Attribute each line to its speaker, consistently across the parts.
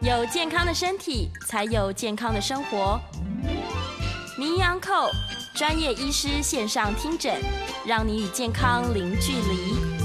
Speaker 1: 有健康的身体，才有健康的生活。名扬寇专业医师线上听诊，让你与健康零距离。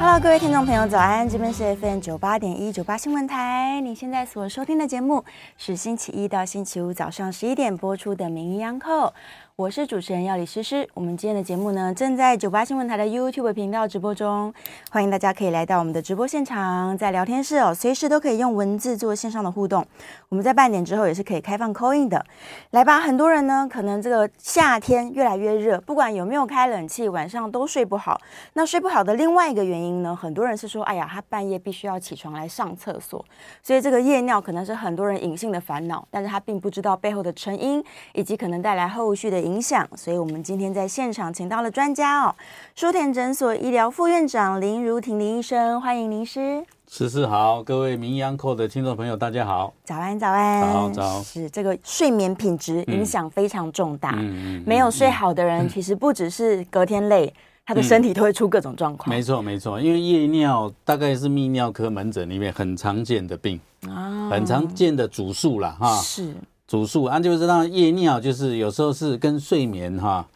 Speaker 2: Hello，各位听众朋友，早安！这边是 FM 九八点一九八新闻台，你现在所收听的节目是星期一到星期五早上十一点播出的《名医央叩》，我是主持人药理诗诗。我们今天的节目呢，正在九八新闻台的 YouTube 频道直播中，欢迎大家可以来到我们的直播现场，在聊天室哦，随时都可以用文字做线上的互动。我们在半点之后也是可以开放 call in 的，来吧！很多人呢，可能这个夏天越来越热，不管有没有开冷气，晚上都睡不好。那睡不好的另外一个原因呢，很多人是说，哎呀，他半夜必须要起床来上厕所，所以这个夜尿可能是很多人隐性的烦恼，但是他并不知道背后的成因以及可能带来后续的影响。所以我们今天在现场请到了专家哦，舒田诊所医疗副院长林如婷林医生，欢迎林医师。
Speaker 3: 十四好，各位名扬扣的听众朋友，大家好。
Speaker 2: 早安，早安，
Speaker 3: 早早
Speaker 2: 是这个睡眠品质影响非常重大。
Speaker 3: 嗯嗯嗯
Speaker 2: 没有睡好的人，其实不只是隔天累，他的身体都会出各种状况。
Speaker 3: 没错没错，因为夜尿大概是泌尿科门诊里面很常见的病，
Speaker 2: 啊
Speaker 3: 很常见的主诉啦哈。
Speaker 2: 是
Speaker 3: 主诉啊，就是让夜尿就是有时候是跟睡眠哈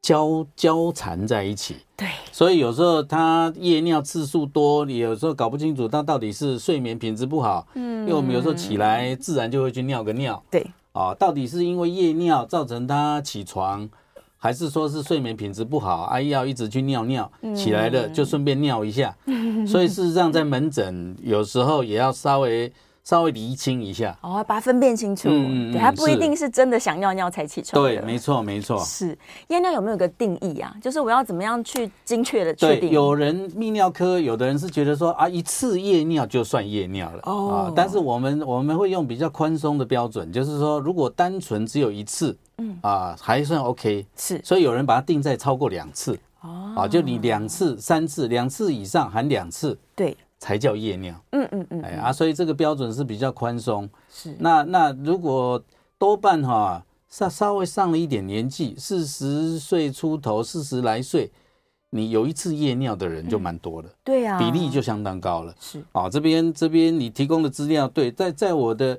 Speaker 3: 交交缠在一起，
Speaker 2: 对，
Speaker 3: 所以有时候他夜尿次数多，你有时候搞不清楚他到底是睡眠品质不好，嗯，因为我们有时候起来自然就会去尿个尿，
Speaker 2: 对，
Speaker 3: 啊，到底是因为夜尿造成他起床，还是说是睡眠品质不好，啊要一直去尿尿，
Speaker 2: 嗯
Speaker 3: 起来了就顺便尿 一下。所以事实上，在门诊有时候也要稍微稍微厘清一下。
Speaker 2: 哦，把它分辨清楚，
Speaker 3: 嗯嗯嗯
Speaker 2: 对，他不一
Speaker 3: 是
Speaker 2: 定是真的想尿尿才起床的。
Speaker 3: 对，没错，没错。
Speaker 2: 是夜尿有没有个定义啊？就是我要怎么样去精确的确
Speaker 3: 对，
Speaker 2: 定？
Speaker 3: 有人泌尿科，有的人是觉得说啊，一次夜尿就算夜尿了、
Speaker 2: 哦
Speaker 3: 啊。但是我们我们会用比较宽松的标准，就是说，如果单纯只有一次，嗯啊，还算 OK。
Speaker 2: 是
Speaker 3: 所以有人把它定在超过两次。
Speaker 2: 哦，
Speaker 3: 啊，就你两次、三次、两次以上含两次
Speaker 2: 对，
Speaker 3: 才叫夜尿，
Speaker 2: 嗯嗯嗯，
Speaker 3: 哎啊，所以这个标准是比较宽松。
Speaker 2: 是
Speaker 3: 那那如果多半哈、稍稍微上了一点年纪，四十岁出头、四十来岁，你有一次夜尿的人就蛮多了，
Speaker 2: 对啊，
Speaker 3: 比例就相当高了。
Speaker 2: 是
Speaker 3: 啊，这边这边你提供的资料对，在在我的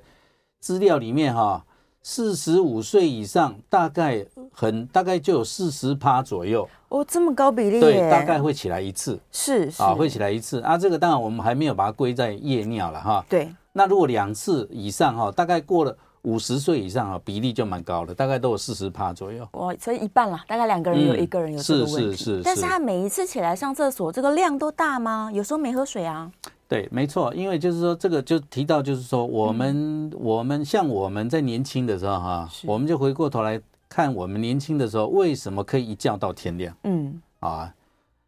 Speaker 3: 资料里面哈、四十五岁以上大概很大概就有四十趴左右，
Speaker 2: 哦，这么高比例
Speaker 3: 对
Speaker 2: 耶，，
Speaker 3: 大概会起来一次。
Speaker 2: 是是
Speaker 3: 啊，会起来一次啊。这个当然我们还没有把它归在夜尿了哈。
Speaker 2: 对
Speaker 3: 那如果两次以上哈，大概过了五十岁以上哈，比例就蛮高了，大概都有四十帕左右。嗯
Speaker 2: 我所以一半啦，大概两个人有一个人有这个
Speaker 3: 是
Speaker 2: 问题。
Speaker 3: 是是
Speaker 2: 但是
Speaker 3: 是
Speaker 2: 他每一次起来上厕所，这个量都大吗？有时候没喝水啊。
Speaker 3: 对，没错，因为就是说这个就提到就是说我们、我们像我们在年轻的时候哈，
Speaker 2: 嗯是
Speaker 3: 我们就回过头来看我们年轻的时候为什么可以一觉到天亮
Speaker 2: 嗯，
Speaker 3: 啊？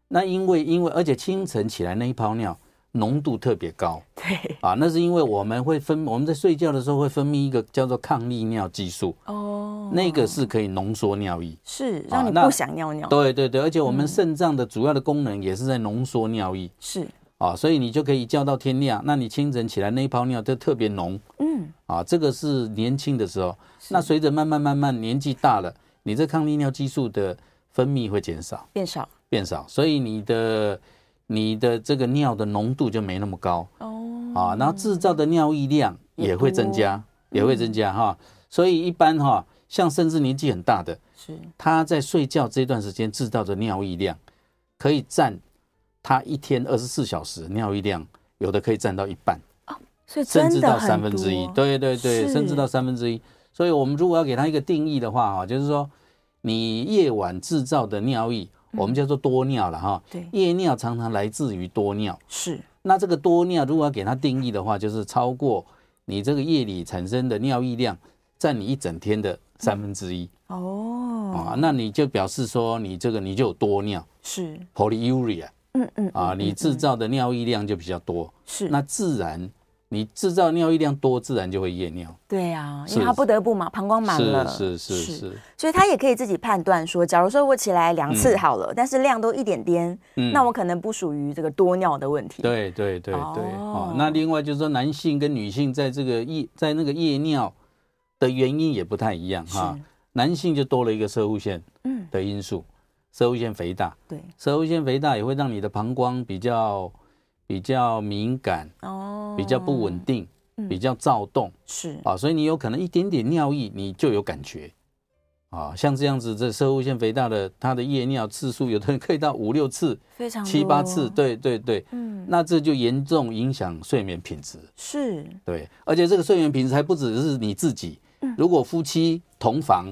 Speaker 3: 那因为因为而且清晨起来那一泡尿浓度特别高。
Speaker 2: 对
Speaker 3: 啊，那是因为我们会分，我们在睡觉的时候会分泌一个叫做抗利尿激素，
Speaker 2: 哦，
Speaker 3: 那个是可以浓缩尿液。
Speaker 2: 是
Speaker 3: 啊
Speaker 2: 让你
Speaker 3: 那
Speaker 2: 不想尿尿。
Speaker 3: 对对对，而且我们肾脏的主要的功能也是在浓缩尿液
Speaker 2: 是
Speaker 3: 啊，所以你就可以一觉到天亮。那你清晨起来那一泡尿就特别浓
Speaker 2: 嗯
Speaker 3: 啊，这个是年轻的时候。那随着慢慢慢慢年纪大了，你这抗利尿激素的分泌会减少
Speaker 2: 变少
Speaker 3: 变少，所以你的你的这个尿的浓度就没那么高。
Speaker 2: 哦。
Speaker 3: 啊，然后制造的尿液量也会增加，也会增加哈。所以一般哈，像甚至年纪很大的，
Speaker 2: 是
Speaker 3: 他在睡觉这段时间制造的尿液量，可以占他一天二十四小时的尿液量，有的可以占到一半，
Speaker 2: 所以
Speaker 3: 甚
Speaker 2: 真
Speaker 3: 至
Speaker 2: 的
Speaker 3: 到
Speaker 2: 很
Speaker 3: 三分之一。
Speaker 2: 多，
Speaker 3: 对对对，
Speaker 2: 是
Speaker 3: 甚至到三分之一。所以我们如果要给他一个定义的话哈，就是说你夜晚制造的尿液，我们叫做多尿了哈。
Speaker 2: 对
Speaker 3: 夜尿常常来自于多尿。
Speaker 2: 是
Speaker 3: 那这个多尿如果要给它定义的话，就是超过你这个夜里产生的尿液量占你一整天的三分之一
Speaker 2: 哦，
Speaker 3: 啊，那你就表示说你这个你就有多尿
Speaker 2: 是
Speaker 3: （polyuria）
Speaker 2: 嗯嗯
Speaker 3: 啊，你制造的尿液量就比较多，
Speaker 2: 是
Speaker 3: 那自然你制造尿液量多，自然就会夜尿。
Speaker 2: 对啊，因
Speaker 3: 是
Speaker 2: 为他不得不嘛，膀胱满了，
Speaker 3: 是是是是，
Speaker 2: 所以他也可以自己判断说，假如说我起来两次好了，但是量都一点点，
Speaker 3: 嗯
Speaker 2: 那我可能不属于这个多尿的问题。，
Speaker 3: 对对对对
Speaker 2: 哦
Speaker 3: 哦。那另外就是说，男性跟女性在这个夜在那个夜尿的原因也不太一样哈
Speaker 2: 是。
Speaker 3: 男性就多了一个射护腺
Speaker 2: 嗯，
Speaker 3: 的因素，射物腺肥大，
Speaker 2: 对，
Speaker 3: 射物腺肥大也会让你的膀胱比较比较敏感，
Speaker 2: 哦，
Speaker 3: 比较不稳定，比较躁动
Speaker 2: 是
Speaker 3: 啊，所以你有可能一点点尿意你就有感觉啊，像这样子，这射物腺肥大的它的夜尿次数，有的人可以到五六次、
Speaker 2: 非常
Speaker 3: 七八
Speaker 2: 多
Speaker 3: 次，，对对对，
Speaker 2: 嗯，
Speaker 3: 那这就严重影响睡眠品质。
Speaker 2: 是
Speaker 3: 对，而且这个睡眠品质还不只是你自己，如果夫妻同房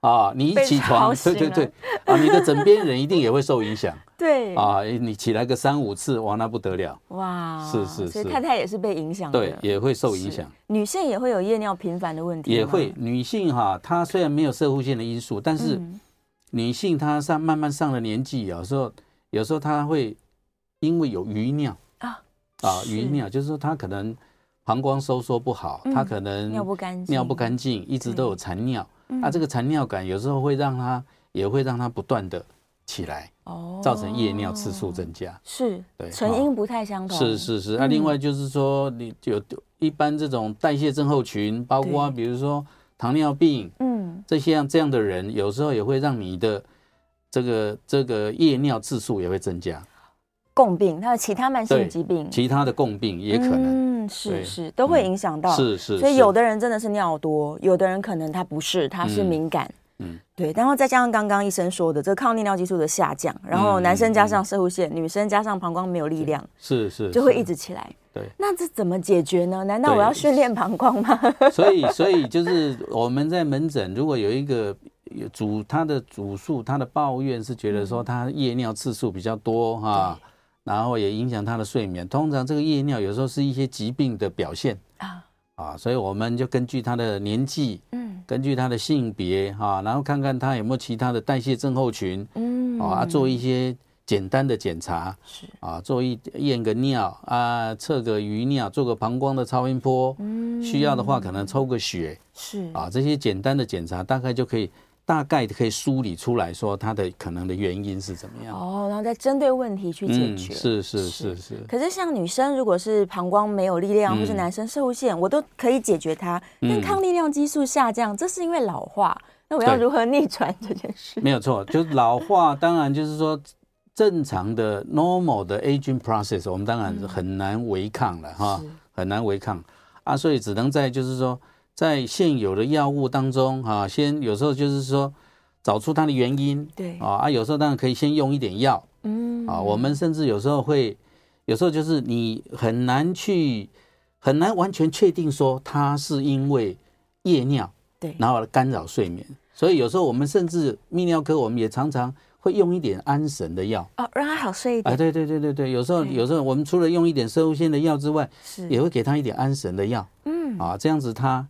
Speaker 3: 啊，你一
Speaker 2: 嗯被
Speaker 3: 起
Speaker 2: 吵
Speaker 3: 床，
Speaker 2: 醒
Speaker 3: 对对对，啊，你的枕边人一定也会受影响
Speaker 2: 对，
Speaker 3: 啊，你起来个三五次，哇，那不得了，
Speaker 2: 哇，
Speaker 3: 是是
Speaker 2: 所以
Speaker 3: 是
Speaker 2: 太太也是被影响的，
Speaker 3: 对，也会受影响，
Speaker 2: 女性也会有夜尿频繁的问题吗，
Speaker 3: 也会女性哈、她虽然没有射护腺的因素，但是
Speaker 2: 嗯
Speaker 3: 女性她上慢慢上了年纪，有时候有时候她会因为有余尿
Speaker 2: 啊
Speaker 3: 啊，
Speaker 2: 是
Speaker 3: 余尿就是说她可能膀胱收缩不好，她
Speaker 2: 嗯
Speaker 3: 可能
Speaker 2: 尿不干净，嗯
Speaker 3: 尿不干净，一直都有残尿。那、啊这个残尿感有时候会让它，也会让它不断的起来，
Speaker 2: 哦，
Speaker 3: 造成夜尿次数增加。
Speaker 2: 是
Speaker 3: 对
Speaker 2: 成
Speaker 3: 哦
Speaker 2: 因不太相同，
Speaker 3: 是是
Speaker 2: 嗯
Speaker 3: 是。那、另外就是说，你有一般这种代谢症候群，包括比如说糖尿病
Speaker 2: 嗯，
Speaker 3: 这些样这样的人，有时候也会让你的这个这个夜尿次数也会增加，
Speaker 2: 共病，还有其他慢性
Speaker 3: 对
Speaker 2: 疾病
Speaker 3: 其他的共病也可能。
Speaker 2: 嗯能，嗯，是
Speaker 3: 对
Speaker 2: 是都会影响到，
Speaker 3: 是是，
Speaker 2: 所以
Speaker 3: 是
Speaker 2: 有的人真的是尿多，有的人可能他不是，他是
Speaker 3: 嗯
Speaker 2: 敏感。
Speaker 3: 嗯
Speaker 2: 对，然后再加上刚刚医生说的这个抗利尿激素的下降，然后
Speaker 3: 嗯
Speaker 2: 男生加
Speaker 3: 嗯
Speaker 2: 上射护腺，女生加上膀胱没有力量，
Speaker 3: 是是
Speaker 2: 就会
Speaker 3: 是
Speaker 2: 一直起来。
Speaker 3: 对
Speaker 2: 那这怎么解决呢？难道我
Speaker 3: 对
Speaker 2: 要训练膀胱吗？
Speaker 3: 所以，所以就是我们在门诊，如果有一个有主他的主诉，他的抱怨是觉得说他夜尿次数比较多哈、然后也影响他的睡眠。通常这个夜尿有时候是一些疾病的表现
Speaker 2: 啊，
Speaker 3: 啊，所以我们就根据他的年纪，
Speaker 2: 嗯
Speaker 3: 根据他的性别哈、然后看看他有没有其他的代谢症候群
Speaker 2: 嗯
Speaker 3: 啊，啊做一些简单的检查
Speaker 2: 是
Speaker 3: 啊，做一验个尿啊，测个余尿，做个膀胱的超音波，
Speaker 2: 嗯
Speaker 3: 需要的话可能抽个血。
Speaker 2: 是
Speaker 3: 啊，这些简单的检查大概就可以大概可以梳理出来说它的可能的原因是怎么样。
Speaker 2: 哦，然后再针对问题去解
Speaker 3: 嗯，
Speaker 2: 决。
Speaker 3: 是是
Speaker 2: 是
Speaker 3: 是是，
Speaker 2: 可是像女生如果是膀胱没有力量，或是
Speaker 3: 嗯
Speaker 2: 男生射护腺，我都可以解决它。但
Speaker 3: 嗯
Speaker 2: 抗利尿激素下降，这是因为老化。那我要
Speaker 3: 对
Speaker 2: 如何逆转这件事？
Speaker 3: 没有错。就是老化，当然就是说正常的 normal 的 aging process，我们当
Speaker 2: 嗯
Speaker 3: 然是很难违抗了哈，很难违抗啊，所以只能在就是说在现有的药物当中啊，先有时候就是说找出它的原因
Speaker 2: 对，
Speaker 3: 啊啊，有时候当然可以先用一点药。
Speaker 2: 嗯
Speaker 3: 啊，我们甚至有时候会，有时候就是你很难去，很难完全确定说它是因为夜尿，
Speaker 2: 对
Speaker 3: 然后干扰睡眠。所以有时候我们甚至泌尿科，我们也常常会用一点安神的药。
Speaker 2: 哦，让他好睡一点，
Speaker 3: 哎，对对对对对，有时候
Speaker 2: 对
Speaker 3: 有时候我们除了用一点射物线的药之外，
Speaker 2: 是
Speaker 3: 也会给他一点安神的药
Speaker 2: 嗯
Speaker 3: 啊，这样子他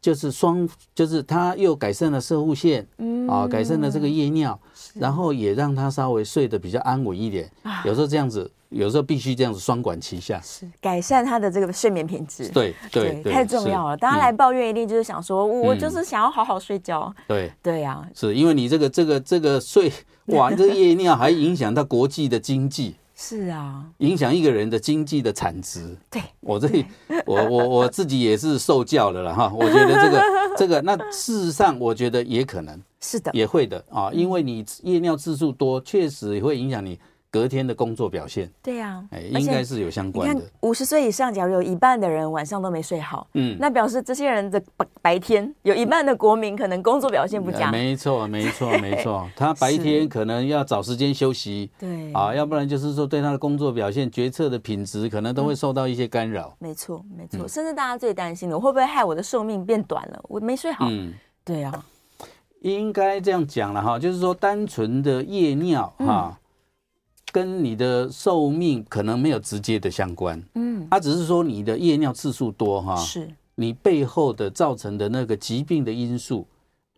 Speaker 3: 就是双，就是他又改善了射物线，
Speaker 2: 嗯
Speaker 3: 啊，改善了这个夜尿，然后也让他稍微睡得比较安稳一点。有时候这样子，有时候必须这样子双管齐下。
Speaker 2: 啊是改善他的这个睡眠品质。
Speaker 3: 对对对，
Speaker 2: 太重
Speaker 3: 是
Speaker 2: 要了。大家来，抱怨一定就是想说，我我
Speaker 3: 嗯
Speaker 2: 就是想要好好睡觉。
Speaker 3: 嗯对，
Speaker 2: 对啊呀，
Speaker 3: 是因为你这个这个这 个睡，哇，你这个夜尿还影响到国际的经济，
Speaker 2: 是啊，
Speaker 3: 影响一个人的经济的产值。
Speaker 2: 对，
Speaker 3: 我这里，我我我自己也是受教的了哈。我觉得 这个这个，那事实上我觉得也可能
Speaker 2: 是的，
Speaker 3: 也会的
Speaker 2: 嗯
Speaker 3: 啊，因为你夜尿次数多，确实也会影响你隔天的工作表现。
Speaker 2: 对呀。
Speaker 3: 哎，
Speaker 2: 而
Speaker 3: 应
Speaker 2: 且
Speaker 3: 该是有相
Speaker 2: 你
Speaker 3: 关
Speaker 2: 看
Speaker 3: 的。，
Speaker 2: 五十岁以上，假如有一半的人晚上都没睡好，
Speaker 3: 嗯
Speaker 2: 那表示这些人的白白天有一半的国民可能工作表现不
Speaker 3: 呃
Speaker 2: 佳。
Speaker 3: 没错，没错， 没错。他白天可能要找时间休息
Speaker 2: 对
Speaker 3: 啊，要不然就是说对他的工作表现、决策的品质，可能
Speaker 2: 嗯
Speaker 3: 都会受到一些干扰。
Speaker 2: 没错，没
Speaker 3: 嗯
Speaker 2: 错，甚至大家最担心的，我会不会害我的寿命变短了？我没睡好。
Speaker 3: 嗯，
Speaker 2: 对啊，
Speaker 3: 应该这样讲了哈，就是说单纯的夜尿
Speaker 2: 嗯
Speaker 3: 哈，跟你的寿命可能没有直接的相关，
Speaker 2: 嗯，
Speaker 3: 它只是说你的夜尿次数多哈，
Speaker 2: 是，
Speaker 3: 你背后的造成的那个疾病的因素。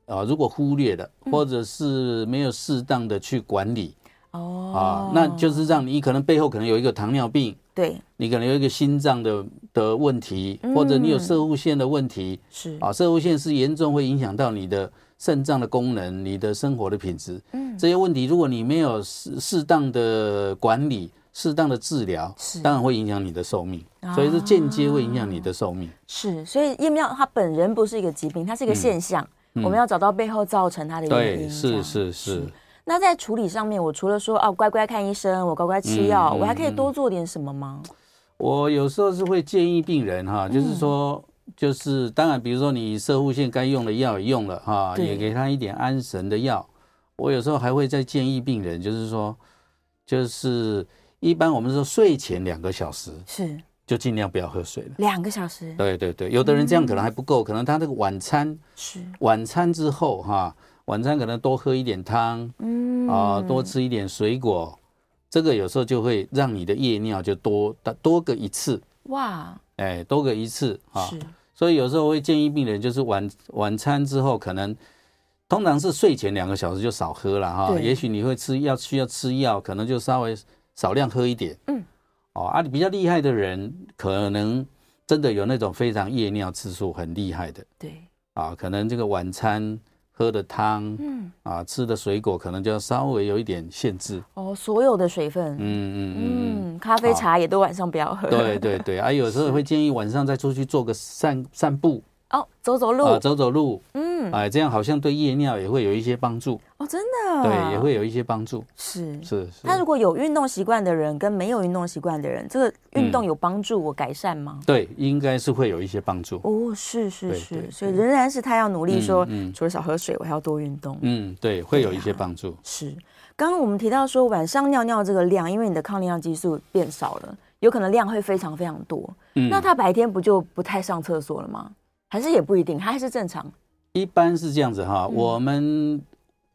Speaker 3: 啊，如果忽略了，
Speaker 2: 嗯
Speaker 3: 或者是没有适当的去管理，
Speaker 2: 哦
Speaker 3: 啊，那就是让你可能背后可能有一个糖尿病，
Speaker 2: 对，
Speaker 3: 你可能有一个心脏的的问题，
Speaker 2: 嗯
Speaker 3: 或者你有射物线的问题
Speaker 2: 是，
Speaker 3: 啊，射物线是严重会影响到你的肾脏的功能、你的生活的品质。
Speaker 2: 嗯
Speaker 3: 这些问题如果你没有适适当的管理、适当的治疗
Speaker 2: 是，啊
Speaker 3: 当然会影响你的寿命，所以是间接会影响你的寿命。
Speaker 2: 是，所以夜尿它本人不是一个疾病，它是一个现象，我们要找到背后造成它的原
Speaker 3: 嗯对，
Speaker 2: 因。这
Speaker 3: 是
Speaker 2: 样
Speaker 3: 是是，
Speaker 2: 那在处理上面，我除了说哦乖乖看医生，我乖乖吃药，
Speaker 3: 嗯
Speaker 2: 我还可以
Speaker 3: 嗯
Speaker 2: 多做点什么吗？
Speaker 3: 我有时候是会建议病人哈，
Speaker 2: 嗯
Speaker 3: 就是说，就是当然，比如说你射护线该用的药也用了哈，
Speaker 2: 对
Speaker 3: 也给他一点安神的药。我有时候还会再建议病人，就是说，就是一般我们说睡前两个小时
Speaker 2: 是
Speaker 3: 就尽量不要喝水了。
Speaker 2: 两个小时，
Speaker 3: 对对对，有的人这样可能还不够，可能他那个晚餐
Speaker 2: 是
Speaker 3: 晚餐之后哈、晚餐可能多喝一点汤
Speaker 2: 嗯
Speaker 3: 啊、多吃一点水果，这个有时候就会让你的夜尿就多多个一次，
Speaker 2: 哇
Speaker 3: 哎，多个一次啊。
Speaker 2: 是
Speaker 3: 所以有时候会建议病人，就是晚晚餐之后，可能通常是睡前两个小时就少喝了哈。
Speaker 2: 对
Speaker 3: 也许你会吃药，需要吃药，可能就稍微少量喝一点。
Speaker 2: 嗯。
Speaker 3: 哦啊，你比较厉害的人，可能真的有那种非常夜尿次数很厉害的
Speaker 2: 对
Speaker 3: 啊，可能这个晚餐喝的汤
Speaker 2: 嗯
Speaker 3: 啊，吃的水果，可能就要稍微有一点限制。
Speaker 2: 哦所有的水分
Speaker 3: 嗯嗯嗯嗯。
Speaker 2: 嗯咖啡
Speaker 3: 好
Speaker 2: 茶也都晚上不要喝
Speaker 3: 对对对，啊，有时候会建议晚上再出去做个散散步
Speaker 2: 哦走走路
Speaker 3: 啊，走走路，
Speaker 2: 嗯
Speaker 3: 哎，这样好像对夜尿也会有一些帮助，
Speaker 2: 哦真的
Speaker 3: 对，也会有一些帮助，
Speaker 2: 是
Speaker 3: 是是。
Speaker 2: 那如果有运动习惯的人跟没有运动习惯的人，这个运动
Speaker 3: 嗯
Speaker 2: 有帮助我改善吗？
Speaker 3: 对，应该是会有一些帮助。
Speaker 2: 哦，是是
Speaker 3: 对
Speaker 2: 是，
Speaker 3: 对
Speaker 2: 所以仍然是他要努力
Speaker 3: 嗯
Speaker 2: 说，
Speaker 3: 嗯
Speaker 2: 除了少喝水，我还要多运动。
Speaker 3: 嗯，对，会有一些帮助。
Speaker 2: 是，刚刚我们提到说晚上尿尿这个量，因为你的抗利尿激素变少了，有可能量会非常非常多。
Speaker 3: 嗯，
Speaker 2: 那他白天不就不太上厕所了吗？还是也不一定，他还是正常。
Speaker 3: 一般是这样子
Speaker 2: 嗯
Speaker 3: 哈，我们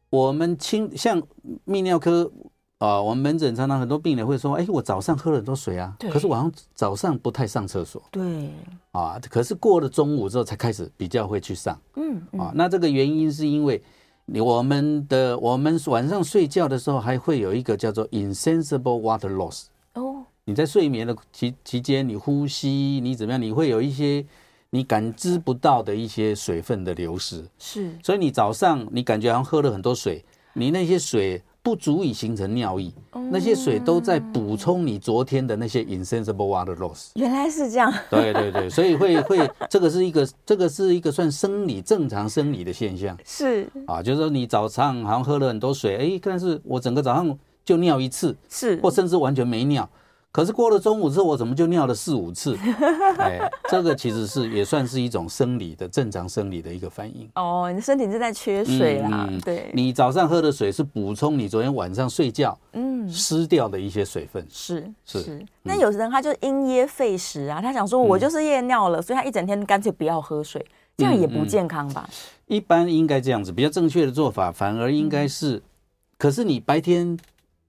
Speaker 3: 我们清像泌尿科啊、我们门诊常常很多病人会说，哎，我早上喝了很多水啊，
Speaker 2: 对
Speaker 3: 可是晚上早上不太上厕所
Speaker 2: 对，
Speaker 3: 啊，可是过了中午之后才开始比较会去上。
Speaker 2: 嗯，嗯
Speaker 3: 啊，那这个原因是因为你我们的我们晚上睡觉的时候还会有一个叫做 insensible water loss。
Speaker 2: 哦，
Speaker 3: 你在睡眠的期期间，你呼吸，你怎么样，你会有一些你感知不到的一些水分的流失，
Speaker 2: 是
Speaker 3: 所以你早上你感觉好像喝了很多水，你那些水不足以形成尿液，那些水都在补充你昨天的那些 insensible water loss。
Speaker 2: 原来是这样。
Speaker 3: 对对对，所以会会这个是一个这个是一个算生理正常生理的现象。
Speaker 2: 是
Speaker 3: 啊， 就是说你早上好像喝了很多水，哎，但是我整个早上就尿一次，
Speaker 2: 是
Speaker 3: 或甚至完全没尿。可是过了中午之后，我怎么就尿了四五次？哎，这个其实是也算是一种生理的正常生理的一个反应。
Speaker 2: 哦，你的身体正在缺水啦。
Speaker 3: 嗯嗯
Speaker 2: 对，
Speaker 3: 你早上喝的水是补充你昨天晚上睡觉
Speaker 2: 嗯，
Speaker 3: 失掉的一些水分。
Speaker 2: 是
Speaker 3: 是嗯
Speaker 2: 是，那有的人他就因噎废食啊，他想说我就是夜尿了，所以他一整天干脆不要喝水，这样也不
Speaker 3: 嗯
Speaker 2: 健康吧？
Speaker 3: 一般应该这样子，比较正确的做法，反而应
Speaker 2: 嗯
Speaker 3: 该是，可是你白天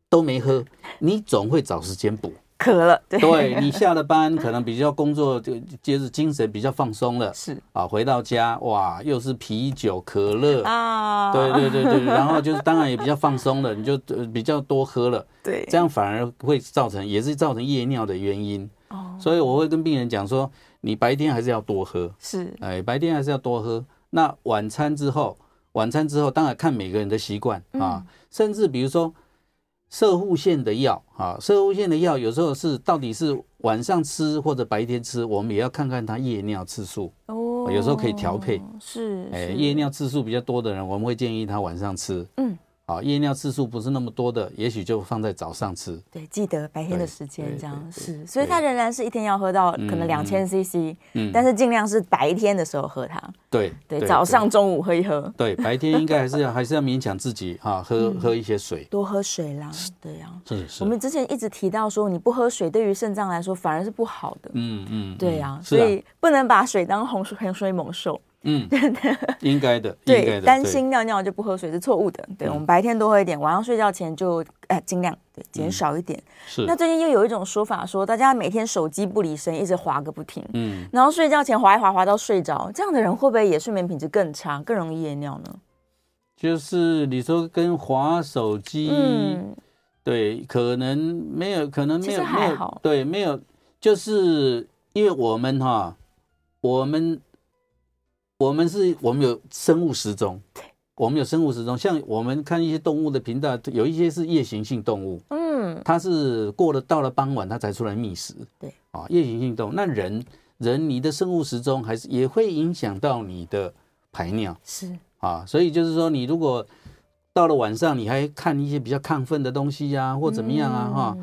Speaker 3: 都没喝，你总会找时间补。
Speaker 2: 渴了， 对，
Speaker 3: 对你下了班可能比较工作，就就是精神比较放松了
Speaker 2: 是
Speaker 3: 啊，回到家哇，又是啤酒、可乐，
Speaker 2: 啊，
Speaker 3: 对对对 对，然后就是当然也比较放松了，你就呃比较多喝了，
Speaker 2: 对，
Speaker 3: 这样反而会造成也是造成夜尿的原因。
Speaker 2: 哦
Speaker 3: 所以我会跟病人讲说，你白天还是要多喝，
Speaker 2: 是
Speaker 3: 哎，白天还是要多喝。那晚餐之后，晚餐之后当然看每个人的习惯
Speaker 2: 嗯
Speaker 3: 啊，甚至比如说射护线的药啊，射护线的药有时候是到底是晚上吃或者白天吃，我们也要看看他夜尿次数。
Speaker 2: 哦
Speaker 3: 有时候可以调配，
Speaker 2: 是
Speaker 3: 哎，
Speaker 2: 是
Speaker 3: 夜尿次数比较多的人，我们会建议他晚上吃。
Speaker 2: 嗯，
Speaker 3: 啊，夜尿次数不是那么多的，也许就放在早上吃。
Speaker 2: 对，记得白天的
Speaker 3: 对
Speaker 2: 时间
Speaker 3: 对
Speaker 2: 这样
Speaker 3: 对对
Speaker 2: 是，所以他仍然是一天要喝到可能
Speaker 3: 嗯
Speaker 2: 两千 CC，
Speaker 3: 嗯，
Speaker 2: 但是尽量是白天的时候喝它，
Speaker 3: 对
Speaker 2: 对，早上、中午喝一喝，
Speaker 3: 对对白天应该还是要还是要勉强自己啊，喝
Speaker 2: 嗯
Speaker 3: 喝一些水。嗯
Speaker 2: 多喝水啦，对呀。
Speaker 3: 是是
Speaker 2: 我们之前一直提到说，你不喝水对于肾脏来说反而是不好的。
Speaker 3: 嗯嗯，
Speaker 2: 对
Speaker 3: 嗯
Speaker 2: 呀、
Speaker 3: 是
Speaker 2: 所
Speaker 3: 啊
Speaker 2: 以不能把水当洪水洪水猛兽。
Speaker 3: 嗯，应该的，嗯应该
Speaker 2: 对，
Speaker 3: 的，
Speaker 2: 担心尿尿就不喝水是错误的。对、我们白天多喝一点，晚上睡觉前就呃尽量对减少一点、
Speaker 3: 嗯是
Speaker 2: 那，最近又有一种说法说，大家每天手机不离身，一直划个不停，
Speaker 3: 嗯，
Speaker 2: 然后睡觉前划一划划到睡着，这样的人会不会也睡眠品质更差，更容易夜尿呢？
Speaker 3: 就是你说跟滑手机，
Speaker 2: 嗯，
Speaker 3: 对，可能没有，可能没
Speaker 2: 其
Speaker 3: 有，
Speaker 2: 实
Speaker 3: 没
Speaker 2: 还
Speaker 3: 有
Speaker 2: 好，
Speaker 3: 对，没有，就是因为我们哈，我们我们是我们有生物时钟。我们有生物时钟，像我们看一些动物的频道，有一些是夜行性动物，
Speaker 2: 嗯，
Speaker 3: 它是过了到了傍晚，它才出来觅食。
Speaker 2: 对
Speaker 3: 啊，夜行性动物。那人人你的生物时钟还是也会影响到你的排尿哦
Speaker 2: 是
Speaker 3: 啊，所以就是说你如果到了晚上你还看一些比较亢奋的东西呀、或怎么
Speaker 2: 嗯
Speaker 3: 样啊哈、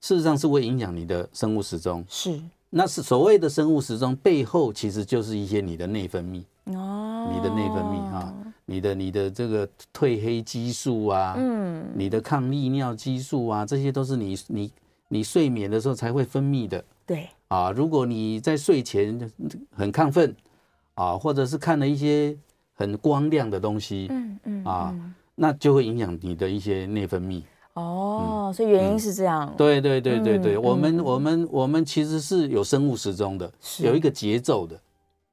Speaker 3: 事实上是会影响你的生物时钟。
Speaker 2: 是
Speaker 3: 那是所谓的生物时钟背后，其实就是一些你的内分泌、
Speaker 2: 哦，
Speaker 3: 你的内分泌啊，你的你的这个褪黑激素啊，
Speaker 2: 嗯，
Speaker 3: 你的抗利尿激素啊，这些都是你你你睡眠的时候才会分泌的
Speaker 2: 对，
Speaker 3: 啊。如果你在睡前很亢奋啊，或者是看了一些很光亮的东西，
Speaker 2: 嗯嗯
Speaker 3: 啊
Speaker 2: 嗯
Speaker 3: 那就会影响你的一些内分泌。嗯
Speaker 2: 哦，所以原因是这样，
Speaker 3: 对对对对对，
Speaker 2: 嗯
Speaker 3: 我们我们我们其实是有生物时钟的，
Speaker 2: 是
Speaker 3: 有一个节奏的，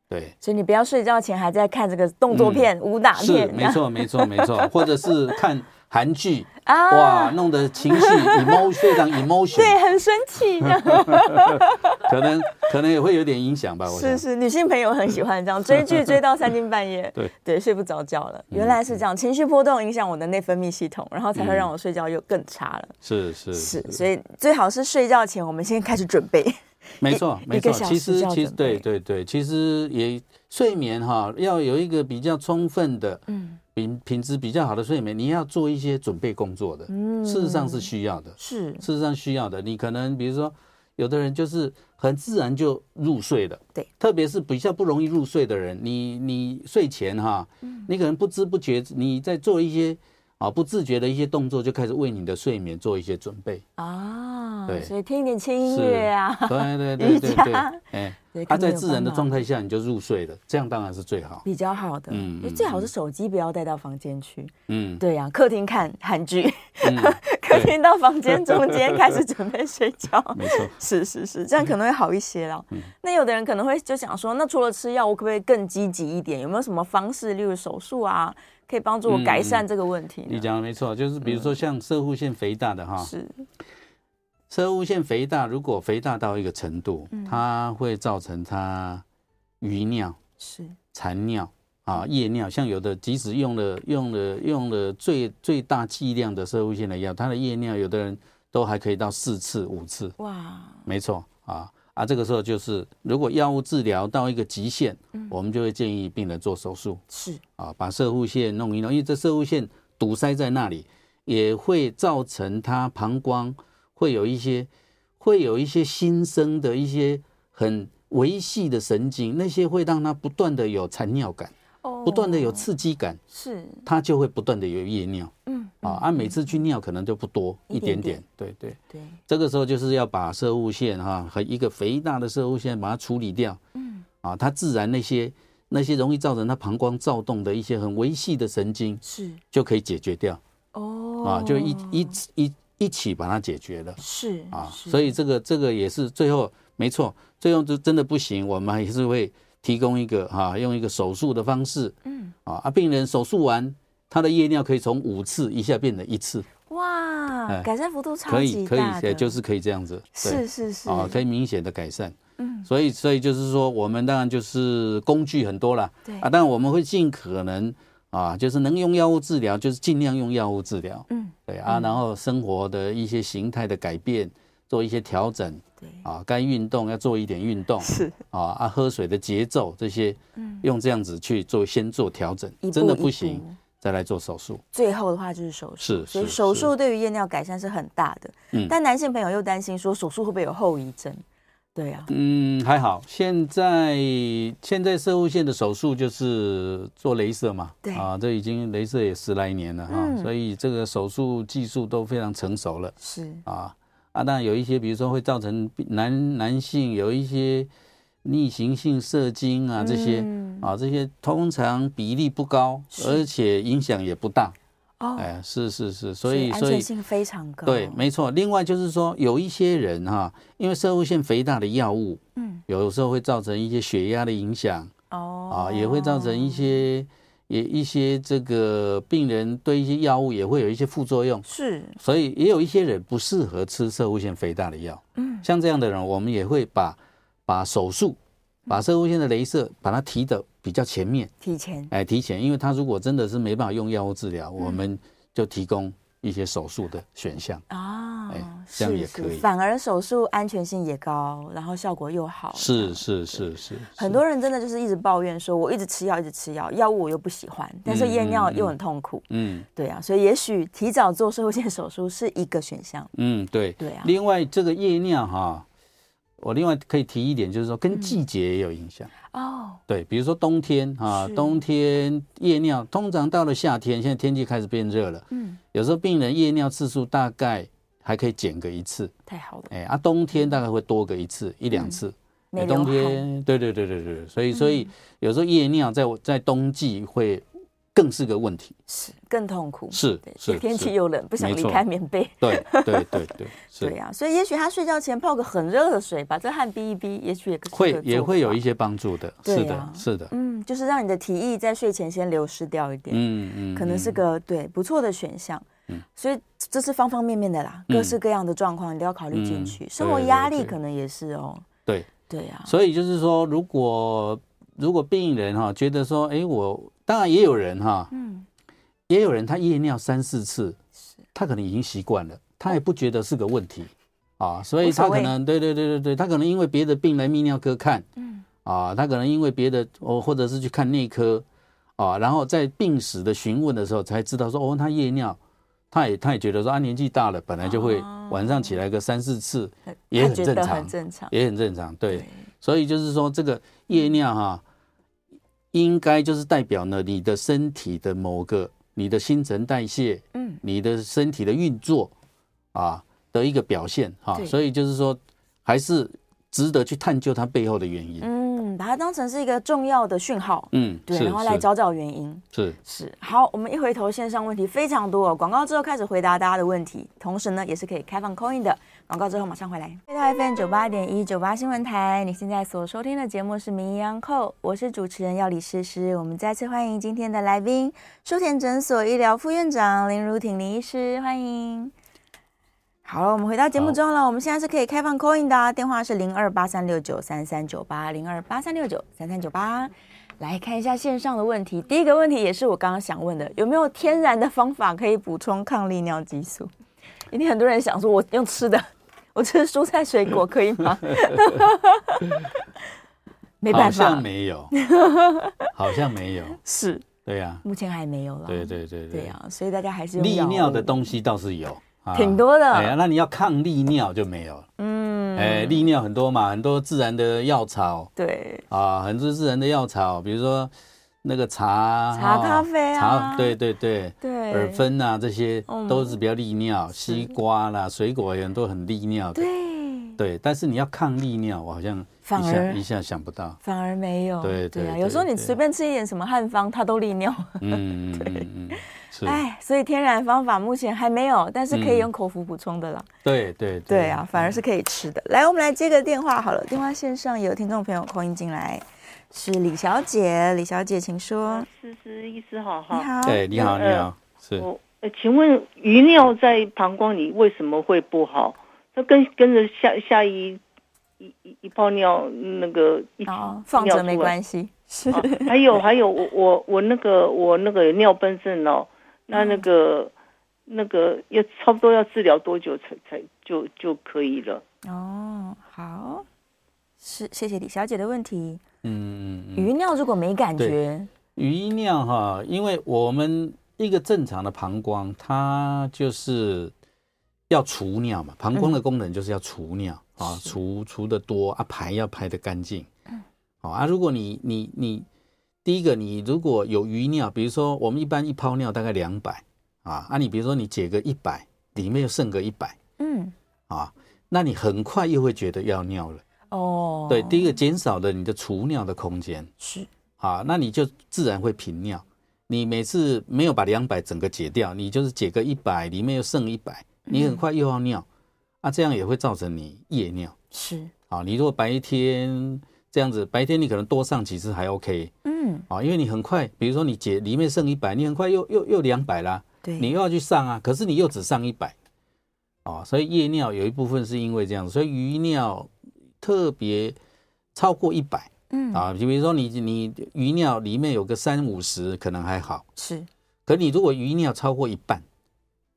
Speaker 3: 对。
Speaker 2: 所以你不要睡觉前还在看这个动作片、武打
Speaker 3: 嗯
Speaker 2: 啊
Speaker 3: 是
Speaker 2: 片，
Speaker 3: 没错，没错，没错，或者是看韩剧，
Speaker 2: 啊，
Speaker 3: 哇，弄得情绪 emotion 非常 emotion，
Speaker 2: 对，啊很生 气，这样
Speaker 3: 可能可能也会有点影响吧，我
Speaker 2: 是
Speaker 3: 想。
Speaker 2: 是，女性朋友很喜欢这样追剧，追到三更半夜，
Speaker 3: 对嗯
Speaker 2: 对，睡不着觉了。原来是这样，情绪波动影响我的内分泌系统，然后才会让我睡
Speaker 3: 嗯
Speaker 2: 觉又更差了。
Speaker 3: 是是
Speaker 2: 是，所以最好是睡觉前我们先开始准备。
Speaker 3: 没错
Speaker 2: 一
Speaker 3: 没
Speaker 2: 一个
Speaker 3: 错。
Speaker 2: 小时
Speaker 3: 其实
Speaker 2: 就要
Speaker 3: 其实
Speaker 2: 准备
Speaker 3: 对对对，其实也睡眠哈，要有一个比较充分的，
Speaker 2: 嗯
Speaker 3: 品品质比较好的睡眠，你要做一些准备工作的，
Speaker 2: 嗯
Speaker 3: 事实上是需要的，
Speaker 2: 是，
Speaker 3: 事实上需要的。你可能比如说，有的人就是很自然就入睡了，
Speaker 2: 对，
Speaker 3: 特别是比较不容易入睡的人，你你睡前哈，
Speaker 2: 嗯
Speaker 3: 你可能不知不觉你在做一些啊不自觉的一些动作，就开始为你的睡眠做一些准 备。
Speaker 2: 啊，
Speaker 3: 嗯对
Speaker 2: 所以听一点轻音乐啊，
Speaker 3: 对对
Speaker 2: 瑜
Speaker 3: 对对对
Speaker 2: 伽，
Speaker 3: 哎
Speaker 2: 对，可
Speaker 3: 他
Speaker 2: 能
Speaker 3: 在
Speaker 2: 有
Speaker 3: 自然的
Speaker 2: 帮忙
Speaker 3: 状态下你就入睡了，这样当然是最好。
Speaker 2: 比较好的。
Speaker 3: 嗯
Speaker 2: 就
Speaker 3: 嗯
Speaker 2: 最好是手机不要带到房间去。
Speaker 3: 嗯，
Speaker 2: 对呀，客厅看韩剧，
Speaker 3: 嗯
Speaker 2: 客厅到房间中间开始准备睡觉。
Speaker 3: 没 错。
Speaker 2: 是是是，这样可能会好一些啦。
Speaker 3: 嗯
Speaker 2: 那有的人可能会就想说，那除了吃药，我可不可以更积极一点？有没有什么方式，例如手术啊，可以帮助我改善这个问题呢？
Speaker 3: 嗯你讲啊的没错，就是比如说像射护腺肥大的哈，
Speaker 2: 嗯是
Speaker 3: 射物腺肥大，如果肥大到一个程度，
Speaker 2: 嗯
Speaker 3: 它会造成它余尿、
Speaker 2: 是
Speaker 3: 残尿啊、夜尿。像有的即使用了用了用了最最大剂量的射物腺的药，它的夜尿有的人都还可以到四次、五次，
Speaker 2: 哇，
Speaker 3: 没错啊啊。这个时候就是，如果药物治疗到一个极限，
Speaker 2: 嗯
Speaker 3: 我们就会建议病人做手术
Speaker 2: 是
Speaker 3: 啊，把射物腺弄一弄，因为这射物腺堵塞在那里，也会造成它膀胱会有一些会有一些新生的一些很维系的神经，那些会让它不断的有残尿感，
Speaker 2: 哦
Speaker 3: 不断的有刺激感，
Speaker 2: 是
Speaker 3: 它就会不断的有夜尿
Speaker 2: 嗯
Speaker 3: 啊，啊，每次去尿可能就不多
Speaker 2: 一
Speaker 3: 一
Speaker 2: 点
Speaker 3: 点
Speaker 2: 点
Speaker 3: 点，对对。
Speaker 2: 对
Speaker 3: 这个时候就是要把射物线哈、和一个肥大的射物线把它处理掉，嗯，啊，它自然那些那些容易造成它膀胱躁动的一些很微细的神经
Speaker 2: 是
Speaker 3: 就可以解决掉
Speaker 2: 哦
Speaker 3: 啊，就一一一一起把它解决了
Speaker 2: 是
Speaker 3: 啊，
Speaker 2: 是
Speaker 3: 所以这个这个也是最后没错，最后就真的不行，我们还是会提供一个哈、用一个手术的方式，嗯，啊，啊病人手术完。他的夜尿可以从五次一下变成一次，
Speaker 2: 哇，
Speaker 3: 哎
Speaker 2: 改善幅度超
Speaker 3: 可以
Speaker 2: 级
Speaker 3: 可以
Speaker 2: 大，的，
Speaker 3: 也就是可以这样子。对
Speaker 2: 是是是
Speaker 3: 啊、可以明显的改善。嗯，所以所以就是说，我们当然就是工具很多啦。
Speaker 2: 对
Speaker 3: 啊，当然我们会尽可能啊，就是能用药物治疗，就是尽量用药物治疗。
Speaker 2: 嗯，
Speaker 3: 对啊，然后生活的一些形态的改变，做一些调整
Speaker 2: 对
Speaker 3: 啊，该运动要做一点运动
Speaker 2: 是
Speaker 3: 啊啊，喝水的节奏这些，嗯，用这样子去做先做调整
Speaker 2: 一，步
Speaker 3: 真的
Speaker 2: 一
Speaker 3: 不行
Speaker 2: 步
Speaker 3: 再来做手术。
Speaker 2: 最后的话就是手术，
Speaker 3: 是
Speaker 2: 所以
Speaker 3: 是
Speaker 2: 手
Speaker 3: 是
Speaker 2: 术对于夜尿改善是很大的。
Speaker 3: 嗯
Speaker 2: 但男性朋友又担心说手术会不会有后遗症？对啊，
Speaker 3: 嗯，还好。现在现在射物线的手术就是做镭射嘛，
Speaker 2: 对
Speaker 3: 啊，这已经镭射也十来年了哈、
Speaker 2: 嗯
Speaker 3: 所以这个手术技术都非常成熟了
Speaker 2: 是
Speaker 3: 啊啊。当然有一些，比如说会造成男男性有一些逆行性射精啊这些、
Speaker 2: 嗯
Speaker 3: 啊这些，通常比例不高，
Speaker 2: 是
Speaker 3: 而且影响也不大。
Speaker 2: 哦，
Speaker 3: 哎，是是是，所以
Speaker 2: 安
Speaker 3: 所以
Speaker 2: 全性非常高。
Speaker 3: 对，没错。另外就是说，有一些人哈、因为射物腺肥大的药物，
Speaker 2: 嗯，
Speaker 3: 有时候会造成一些血压的影响
Speaker 2: 哦
Speaker 3: 啊，也会造成一些也一些这个病人对一些药物也会有一些副作用，
Speaker 2: 是
Speaker 3: 所以也有一些人不适合吃射物腺肥大的药。嗯，像这样的人，我们也会把把手术。
Speaker 2: 嗯
Speaker 3: 把射物腺的镭射把它提的比较前面，
Speaker 2: 提前
Speaker 3: 哎，提前，因为他如果
Speaker 2: 嗯
Speaker 3: 真的是没办法用药物治疗，我们就提供一些手术的选项。
Speaker 2: 啊，哦
Speaker 3: 哎，这样
Speaker 2: 是
Speaker 3: 也
Speaker 2: 是
Speaker 3: 可以
Speaker 2: 反而手术安全性也高，然后效果又好。这样
Speaker 3: 是是是是，
Speaker 2: 很多人真的就是一直抱怨说，我一直吃药，一直吃药，药物我又不喜欢，但是
Speaker 3: 嗯
Speaker 2: 夜尿
Speaker 3: 嗯
Speaker 2: 又
Speaker 3: 嗯
Speaker 2: 很痛苦。
Speaker 3: 嗯
Speaker 2: 对啊，所以也许提早做射会腺手术是一个选项。
Speaker 3: 嗯对。
Speaker 2: 对啊，
Speaker 3: 另外这个夜尿哈，我另外可以提一点，就是说
Speaker 2: 嗯
Speaker 3: 跟季节也有影响。
Speaker 2: 哦，
Speaker 3: 对，比如说冬天啊
Speaker 2: 是，
Speaker 3: 冬天夜尿，通常到了夏天，现在天气开始变热了，
Speaker 2: 嗯，
Speaker 3: 有时候病人夜尿次数大概还可以减个一次，
Speaker 2: 太好了，
Speaker 3: 哎，啊，冬天大概会多个一次一两次。
Speaker 2: 嗯
Speaker 3: 哎
Speaker 2: 没
Speaker 3: 冬
Speaker 2: 流汗，嗯
Speaker 3: 天，对对对对对，所以所以有时候夜尿在在冬季会更是个问题，
Speaker 2: 是更痛苦。
Speaker 3: 是
Speaker 2: 对
Speaker 3: 是
Speaker 2: 天气
Speaker 3: 是
Speaker 2: 又冷，不想
Speaker 3: 没
Speaker 2: 离
Speaker 3: 错
Speaker 2: 开棉被。
Speaker 3: 对对对 对，
Speaker 2: 对
Speaker 3: 是
Speaker 2: 啊，所以也许他睡觉前泡个很热的水，把这汗逼一逼，也许也可
Speaker 3: 会也会有一
Speaker 2: 些，
Speaker 3: 些帮助的，
Speaker 2: 对
Speaker 3: 是
Speaker 2: 啊
Speaker 3: 的，是的，
Speaker 2: 嗯，就是让你的体液在睡前先流失掉一点。
Speaker 3: 嗯嗯，
Speaker 2: 可能是
Speaker 3: 嗯
Speaker 2: 个对不错的选项。所以这是方方面面的啦，各
Speaker 3: 嗯
Speaker 2: 式各样的状况你都要考虑进
Speaker 3: 嗯
Speaker 2: 去。
Speaker 3: 对
Speaker 2: 生活压
Speaker 3: 对
Speaker 2: 力
Speaker 3: 对
Speaker 2: 可能也是哦。
Speaker 3: 对，
Speaker 2: 对呀，
Speaker 3: 所以就是说，如果如果病人哈、觉得说，哎，我当然也有人哈、
Speaker 2: 嗯，
Speaker 3: 也有人他夜尿三四次，他可能已经习惯了，他也不觉得是个问题啊，所以
Speaker 2: 无所
Speaker 3: 他可
Speaker 2: 谓
Speaker 3: 能对对对对对，他可能因为别的病来泌尿科看，
Speaker 2: 嗯
Speaker 3: 啊，他可能因为别的哦，或者是去看内科啊，然后在病史的询问的时候才知道说，哦，他夜尿。他也他也觉得说啊，年纪大了，本来就会
Speaker 2: 哦
Speaker 3: 晚上起来个三四次，
Speaker 2: 他
Speaker 3: 也
Speaker 2: 他
Speaker 3: 很
Speaker 2: 觉
Speaker 3: 正
Speaker 2: 得
Speaker 3: 常
Speaker 2: 很正常。
Speaker 3: 也很正常。对，所以就是说，这个夜尿哈、应该就是代表呢你的身体的某个、你的新陈代谢、
Speaker 2: 嗯，
Speaker 3: 你的身体的运作啊的一个表现哈、
Speaker 2: 对
Speaker 3: 所以就是说，还是值得去探究它背后的原因。
Speaker 2: 嗯，把它当成是一个重要的讯号，
Speaker 3: 嗯，
Speaker 2: 对，
Speaker 3: 是
Speaker 2: 然后来找找原因。
Speaker 3: 是是
Speaker 2: 是，好，我们一回头线上问题非常多、哦，广告之后开始回答大家的问题，同时呢也是可以开放 coin 的。广告之后马上回来。回到 FM 九八点一九八新闻台，你现在所收听的节目是《名医央叩》，我是主持人药理诗诗。我们再次欢迎今天的来宾，舒田诊所医疗副院长林如婷林医师，欢迎。好了，我们回到节目
Speaker 3: 好
Speaker 2: 中了。我们现在是可以开放 coin 的、啊，电话是零二八三六九三三九八零二八三六九三三九八。来看一下线上的问题，第一个问题也是我刚刚想问的，有没有天然的方法可以补充抗利尿激素？一定很多人想说，我用吃的，我吃蔬菜水果可以吗？ 没
Speaker 3: 好
Speaker 2: 办
Speaker 3: 像
Speaker 2: 法，
Speaker 3: 没有，好像没有，
Speaker 2: 是
Speaker 3: 对 呀、
Speaker 2: 目前还没有啦。
Speaker 3: 对对对
Speaker 2: 对啊，所以大家还是用
Speaker 3: 利
Speaker 2: 药
Speaker 3: 尿
Speaker 2: 物
Speaker 3: 的东西倒是有，啊
Speaker 2: 挺多的
Speaker 3: 哎呀，那你要抗利尿就没有了。
Speaker 2: 嗯，
Speaker 3: 哎，利尿很多嘛，很多自然的药草
Speaker 2: 对，
Speaker 3: 啊，很多自然的药草，比如说那个茶、
Speaker 2: 茶
Speaker 3: 哦
Speaker 2: 咖啡啊
Speaker 3: 茶，对对对，
Speaker 2: 对
Speaker 3: 耳分啊这些
Speaker 2: 嗯
Speaker 3: 都是比较利尿，西瓜啦、水果也很多很利尿的。
Speaker 2: 对，
Speaker 3: 对，但是你要抗利尿，我好像
Speaker 2: 反
Speaker 3: 一下
Speaker 2: 而
Speaker 3: 一下想不到。
Speaker 2: 反而没有。
Speaker 3: 对对
Speaker 2: 啊，
Speaker 3: 对
Speaker 2: 有时候你
Speaker 3: 对
Speaker 2: 随便吃一点什么汉方，它都利尿。
Speaker 3: 嗯嗯嗯嗯，是，
Speaker 2: 哎，所以天然方法目前还没有，但是可以
Speaker 3: 嗯
Speaker 2: 用口服补充的啦。
Speaker 3: 对对
Speaker 2: 对啊，，反而是可以吃的。来，我们来接个电话好了，电话线上有听众朋友扣音进来，是李小姐，李小姐，请说。
Speaker 4: 哦思思医师好
Speaker 2: 你
Speaker 4: 哈，
Speaker 2: 好，
Speaker 3: 对，哎你好
Speaker 4: 那
Speaker 3: 你好，是。
Speaker 4: 我呃，请问余尿在膀胱里为什么会不好？它跟跟着下下一一一一泡尿那个一起
Speaker 2: 哦，放着没
Speaker 4: 系。
Speaker 2: 关系，是
Speaker 4: 啊还 有还有，我我我那个我那个有尿崩症哦，那那个、那个要差不多要治疗多久才才就就可以了？
Speaker 2: 哦，好，是谢谢李小姐的问题。
Speaker 3: 嗯嗯嗯。
Speaker 2: 鱼尿如果没感觉，
Speaker 3: 鱼尿哈，因为我们一个正常的膀胱，它就是要除尿嘛，膀胱的功能就是要除尿、啊，
Speaker 2: 嗯是嗯
Speaker 3: 除除的多啊，排要排的干净。好、啊，如果你你你第一个，你如果有余尿，比如说我们一般一泡尿大概两百啊，啊，你比如说你解个一百，里面又剩个一百
Speaker 2: 嗯，
Speaker 3: 啊，那你很快又会觉得要尿了。
Speaker 2: 哦，
Speaker 3: 对，第一个减少了你的除尿的空间。
Speaker 2: 是，
Speaker 3: 啊，那你就自然会频尿。你每次没有把两百整个解掉，你就是解个一百，里面又剩一百，你很快又要尿，啊，这样也会造成你夜尿。
Speaker 2: 是，
Speaker 3: 啊，你如果白天这样子，白天你可能多上几次还 OK
Speaker 2: 嗯，
Speaker 3: 啊，因为你很快，比如说你解里面剩一百，你很快又又又两百啦，
Speaker 2: 对，
Speaker 3: 你又要去上啊，可是你又只上一百，哦，所以夜尿有一部分是因为这样，所以余尿特别超过一百，
Speaker 2: 嗯
Speaker 3: 啊，就比如说你你鱼尿里面有个三五十可能还好，
Speaker 2: 是，
Speaker 3: 可你如果鱼尿超过一半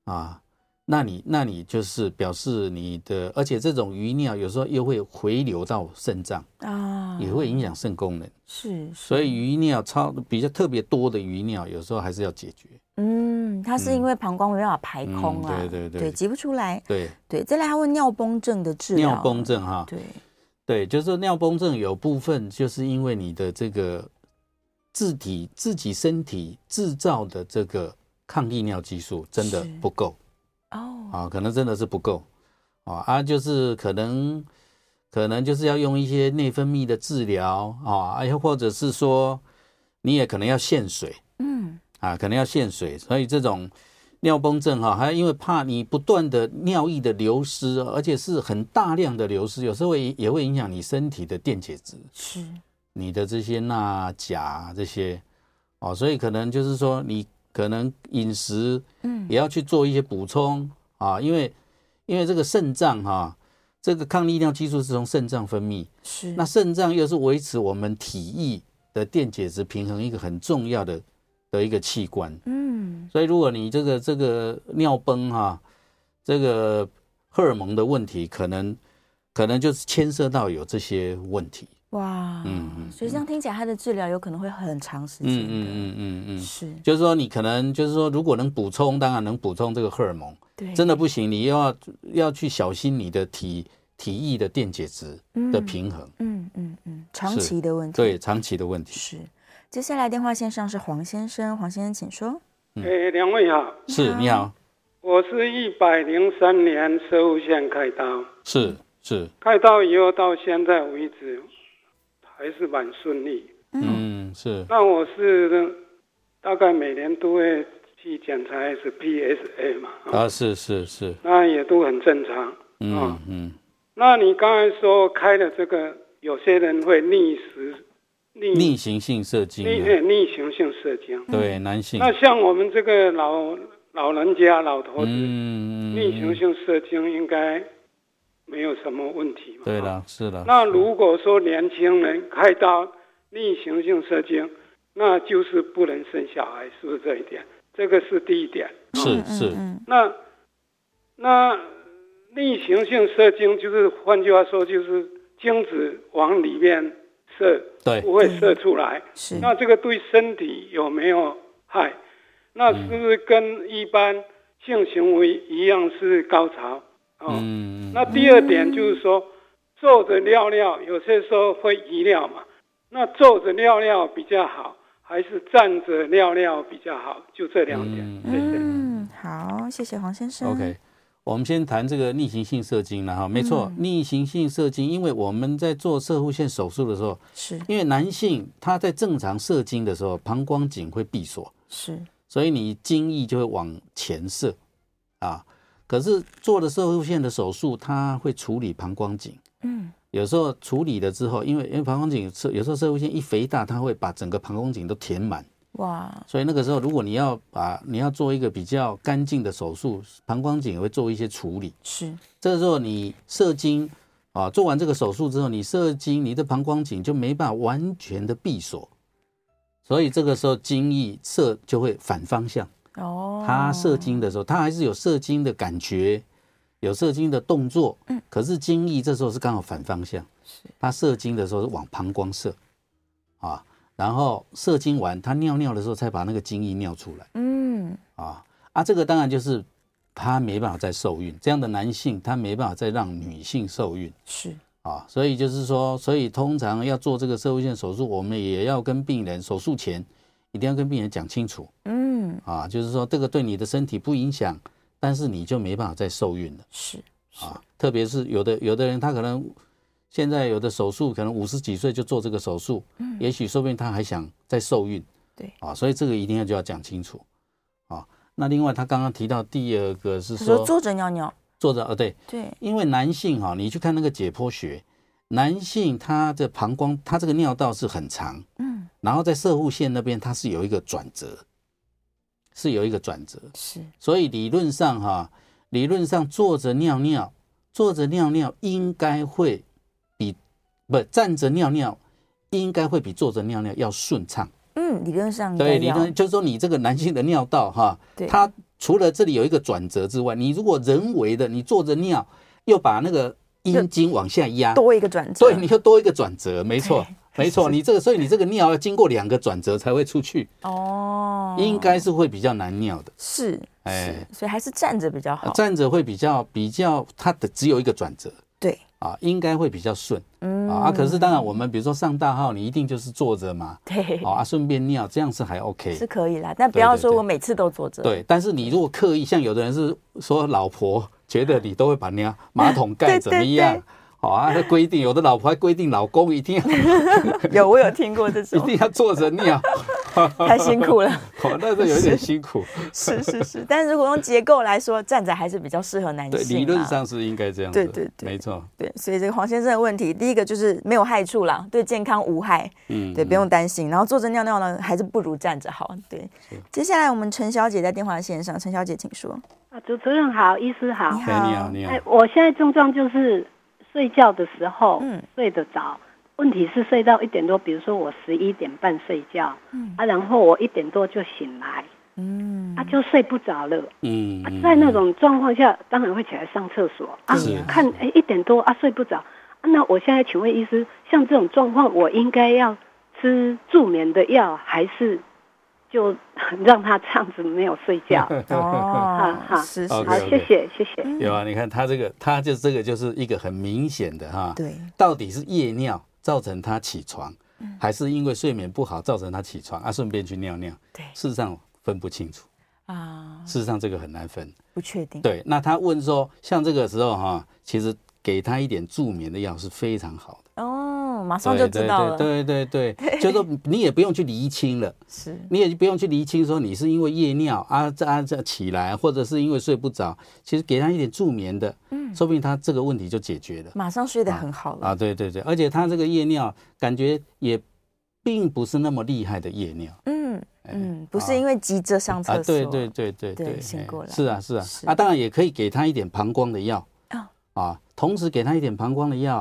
Speaker 3: 啊，那你那你就是表示你的，而且这种余尿有时候又会回流到肾脏，
Speaker 2: 啊，
Speaker 3: 也会影响肾功能。
Speaker 2: 是，
Speaker 3: 所以余尿超比较特别多的余尿，有时候还是要解决。
Speaker 2: 嗯，它是因为膀胱没办法排
Speaker 3: 嗯
Speaker 2: 空啊，
Speaker 3: 对对对
Speaker 2: 挤不出来，
Speaker 3: 对，
Speaker 2: 对，再来还有尿崩症的治疗，
Speaker 3: 尿崩，症啊哈，
Speaker 2: 对，
Speaker 3: 对，就是说尿崩症有部分就是因为你的这个自体自己身体制造的这个抗利尿激素真的
Speaker 2: 是
Speaker 3: 不够
Speaker 2: 哦，
Speaker 3: 啊，可能真的是不够啊啊，就是可能可能就是要用一些内分泌的治疗啊，哎，或者是说你也可能要限水
Speaker 2: 嗯，
Speaker 3: 啊，可能要限水，所以这种。尿崩症哈、还因为怕你不断的尿液的流失，而且是很大量的流失，有时候也也会影响你身体的电解质。
Speaker 2: 是，
Speaker 3: 你的这些钠、钾啊这些哦，所以可能就是说你可能饮食
Speaker 2: 嗯，
Speaker 3: 也要去做一些补充啊，因为因为这个肾脏哈、这个抗利尿激素是从肾脏分泌，
Speaker 2: 是，
Speaker 3: 那肾脏又是维持我们体液的电解质平衡一个很重要的的一个器官，
Speaker 2: 嗯，
Speaker 3: 所以如果你这个这个尿崩哈、这个荷尔蒙的问题，可能可能就是牵涉到有这些问题。
Speaker 2: 哇，
Speaker 3: 嗯嗯
Speaker 2: 所以这样听起来，它的治疗有可能会很长时间
Speaker 3: 嗯
Speaker 2: 的，
Speaker 3: 嗯嗯嗯嗯，
Speaker 2: 是，
Speaker 3: 就是说你可能就是说，如果能补充，当然能补充这个荷尔蒙。
Speaker 2: 对，
Speaker 3: 真的不行，你又要要去小心你的体体液的电解质的
Speaker 2: 嗯
Speaker 3: 平衡，
Speaker 2: 嗯嗯嗯，长
Speaker 3: 是
Speaker 2: 期的问题，
Speaker 3: 对长期的问题
Speaker 2: 是。接下来电话线上是黄先生，黄先生请说。
Speaker 3: 嗯
Speaker 5: 诶，两位好，
Speaker 3: 是你好，
Speaker 5: 我是一百零三年收线开刀，
Speaker 3: 是是
Speaker 5: 开刀以后到现在为止还是蛮顺利。
Speaker 3: 嗯是
Speaker 5: 那我是大概每年都会去检查 SPSA 嘛，
Speaker 3: 啊是是是
Speaker 5: 那也都很正常。
Speaker 3: 嗯
Speaker 5: 啊
Speaker 3: 嗯
Speaker 5: 那你刚才说开的这个，有些人会逆时逆
Speaker 3: 逆行啊嗯性射精
Speaker 5: 逆
Speaker 3: 啊，
Speaker 5: 诶逆行性射精，
Speaker 3: 对男性
Speaker 5: 那像我们这个老老人家老头子。
Speaker 3: 嗯
Speaker 5: 逆行性射精应该没有什么问题嘛。
Speaker 3: 对了是了
Speaker 5: 那如果说年轻人开刀逆行性射精，那就是不能生小孩，是不是这一点？这个是第一点。
Speaker 3: 是是
Speaker 2: 嗯
Speaker 5: 那那逆行性射精就是换句话说就是精子往里面射，
Speaker 3: 对
Speaker 5: 不会射出来。
Speaker 2: 是
Speaker 5: 那这个对身体有没有害？那是不是跟一般性行为一样是高潮？哦，
Speaker 3: 嗯
Speaker 5: 那第二点就是说，坐着尿尿有些时候会遗尿嘛，那坐着尿尿比较好，还是站着尿尿比较好？就这两点，谢谢。
Speaker 2: 嗯，好，谢谢黄先生。
Speaker 3: OK，我们先谈这个逆行性射精了
Speaker 2: 嗯
Speaker 3: 哈，没错，逆行性射精，因为我们在做射护腺手术的时候，
Speaker 2: 是
Speaker 3: 因为男性他在正常射精的时候，膀胱颈会闭锁，
Speaker 2: 是，
Speaker 3: 所以你精液就会往前射啊。可是做了射护腺的手术，它会处理膀胱颈，
Speaker 2: 嗯
Speaker 3: 有时候处理了之后，因为因为膀胱颈是有时候射护腺一肥大，它会把整个膀胱颈都填满。
Speaker 2: 哇，
Speaker 3: 所以那个时候，如果你要把你要做一个比较干净的手术，膀胱颈也会做一些处理。
Speaker 2: 是
Speaker 3: 这时候你射精啊，做完这个手术之后，你射精，你的膀胱颈就没办法完全的闭锁，所以这个时候精液射就会反方向。
Speaker 2: 哦，
Speaker 3: 它射精的时候，它还是有射精的感觉，有射精的动作，嗯，可是精液这时候是刚好反方向，是它射精的时候是往膀胱射，啊，然后射精完，它尿尿的时候才把那个精液尿出来。
Speaker 2: 嗯
Speaker 3: 啊啊，这个当然就是他没办法再受孕，这样的男性他没办法再让女性受孕
Speaker 2: 是
Speaker 3: 啊，所以就是说，所以通常要做这个社会性手术，我们也要跟病人手术前一定要跟病人讲清楚
Speaker 2: 嗯
Speaker 3: 啊，就是说这个对你的身体不影响，但是你就没办法再受孕了
Speaker 2: 是
Speaker 3: 啊，特别是有的有的人他可能。现在有的手术可能五十几岁就做这个手术，嗯，也许说不定他还想再受孕，
Speaker 2: 对
Speaker 3: 啊，所以这个一定要就要讲清楚啊。那另外，他刚刚提到第二个是
Speaker 2: 他
Speaker 3: 说
Speaker 2: 说坐着尿尿，
Speaker 3: 坐着，呃，对，
Speaker 2: 对，
Speaker 3: 因为男性哈、你去看那个解剖学，男性他的膀胱，他这个尿道是很长，
Speaker 2: 嗯
Speaker 3: 然后在射护腺那边它是有一个转折，是有一个转折，
Speaker 2: 是
Speaker 3: 所以理论上哈、理论上坐着尿尿，坐着尿尿应该会比不站着尿尿应该会比坐着尿尿要顺畅。
Speaker 2: 嗯，理论上应该
Speaker 3: 对，理
Speaker 2: 要
Speaker 3: 论就是说你这个男性的尿道哈
Speaker 2: 对，
Speaker 3: 它除了这里有一个转折之外，你如果人为的你坐着尿，又把那个阴茎往下压，
Speaker 2: 多一个转折，
Speaker 3: 对，你就多一个转折，没错，没错，你这个，所以你这个尿要经过两个转折才会出去，
Speaker 2: 哦，
Speaker 3: 应该是会比较难尿的，
Speaker 2: 是，
Speaker 3: 哎啊
Speaker 2: 是，所以还是站着比较好。
Speaker 3: 站着会比较比较，它的只有一个转折
Speaker 2: 对，
Speaker 3: 啊，应该会比较顺
Speaker 2: 嗯
Speaker 3: 啊啊。可是当然，我们比如说上大号，你一定就是坐着嘛，
Speaker 2: 对，
Speaker 3: 啊啊，顺便尿，这样是还 OK，
Speaker 2: 是可以啦，但不
Speaker 3: 对
Speaker 2: 要
Speaker 3: 对
Speaker 2: 说
Speaker 3: 对
Speaker 2: 我每次都坐着。
Speaker 3: 对，但是你如果刻意，像有的人是说老婆觉得你都会把人家马桶
Speaker 2: 对
Speaker 3: 盖
Speaker 2: 对
Speaker 3: 怎么 样
Speaker 2: 对？
Speaker 3: 好啊，他规定有的老婆还规定老公一定要
Speaker 2: 有我有听 过这
Speaker 3: 一
Speaker 2: 种，
Speaker 3: 定要坐着尿，
Speaker 2: 太辛苦了。
Speaker 3: 哦，那是有点辛苦。
Speaker 2: 是是是，但是如果用结构来说，站着还是比较适合男性
Speaker 3: 对，
Speaker 2: 啦。
Speaker 3: 理论上是应该这样子。
Speaker 2: 对对对
Speaker 3: 没错。
Speaker 2: 对，所以这个黄先生的问题，第一个就是没有害处啦，对健康无害，
Speaker 3: 嗯，
Speaker 2: 对，不用担心。然后坐着尿尿呢，还是不如站着好。对，接下来我们陈小姐在电话线上，陈小姐请说。
Speaker 6: 啊，主持人好，医师好
Speaker 2: 你。
Speaker 3: 对，啊你好，你好
Speaker 6: 哎，。我现在症状就是睡觉的时候，
Speaker 2: 嗯
Speaker 6: 睡得着。问题是睡到一点多，比如说我十一点半睡觉，啊，然后我一点多就醒来，
Speaker 2: 嗯
Speaker 6: 啊，就睡不着了。
Speaker 3: 嗯
Speaker 6: 啊，
Speaker 3: 嗯
Speaker 6: 在那种状况下，当然会起来上厕所啊
Speaker 3: 是。
Speaker 6: 看，哎，一点多啊，睡不着、啊那我现在请问医师，像这种状况，我应该要吃助眠的药，还是就让他这样子没有睡 觉？
Speaker 2: 哦
Speaker 6: 好，好
Speaker 2: 是是
Speaker 6: 好，
Speaker 2: 是，
Speaker 3: OK，OK
Speaker 6: 谢谢，谢谢。
Speaker 3: 有啊，你看他这个，他就这个就是一个很明显的哈，
Speaker 2: 对，
Speaker 3: 到底是夜尿造成他起床，
Speaker 2: 嗯
Speaker 3: 还是因为睡眠不好造成他起床啊？顺便去尿尿，
Speaker 2: 对
Speaker 3: 事实上分不清楚。
Speaker 2: 啊，
Speaker 3: 事实上这个很难分。
Speaker 2: 不确定，
Speaker 3: 对，那他问说，像这个时候哈、其实给他一点助眠的药是非常好的，
Speaker 2: 哦，马上就知道了，
Speaker 3: 对对对对 对，就说你也不用去厘清了，
Speaker 2: 是，
Speaker 3: 你也不用去厘清说你是因为夜尿啊这啊这起来，或者是因为睡不着，其实给他一点助眠的，嗯，说不定他这个问题就解决了。
Speaker 2: 马上睡得很好了，
Speaker 3: 啊，对对对，而且他这个夜尿感觉也并不是那么厉害的夜尿。
Speaker 2: 嗯嗯，不是
Speaker 3: 啊
Speaker 2: 因为急着上厕所，
Speaker 3: 啊，对对对对
Speaker 2: 对
Speaker 3: 哎
Speaker 2: 醒过来
Speaker 3: 是啊是啊
Speaker 2: 是
Speaker 3: 啊，当然也可以给他一点膀胱的药
Speaker 2: 啊
Speaker 3: 啊，同时给他一点膀胱的药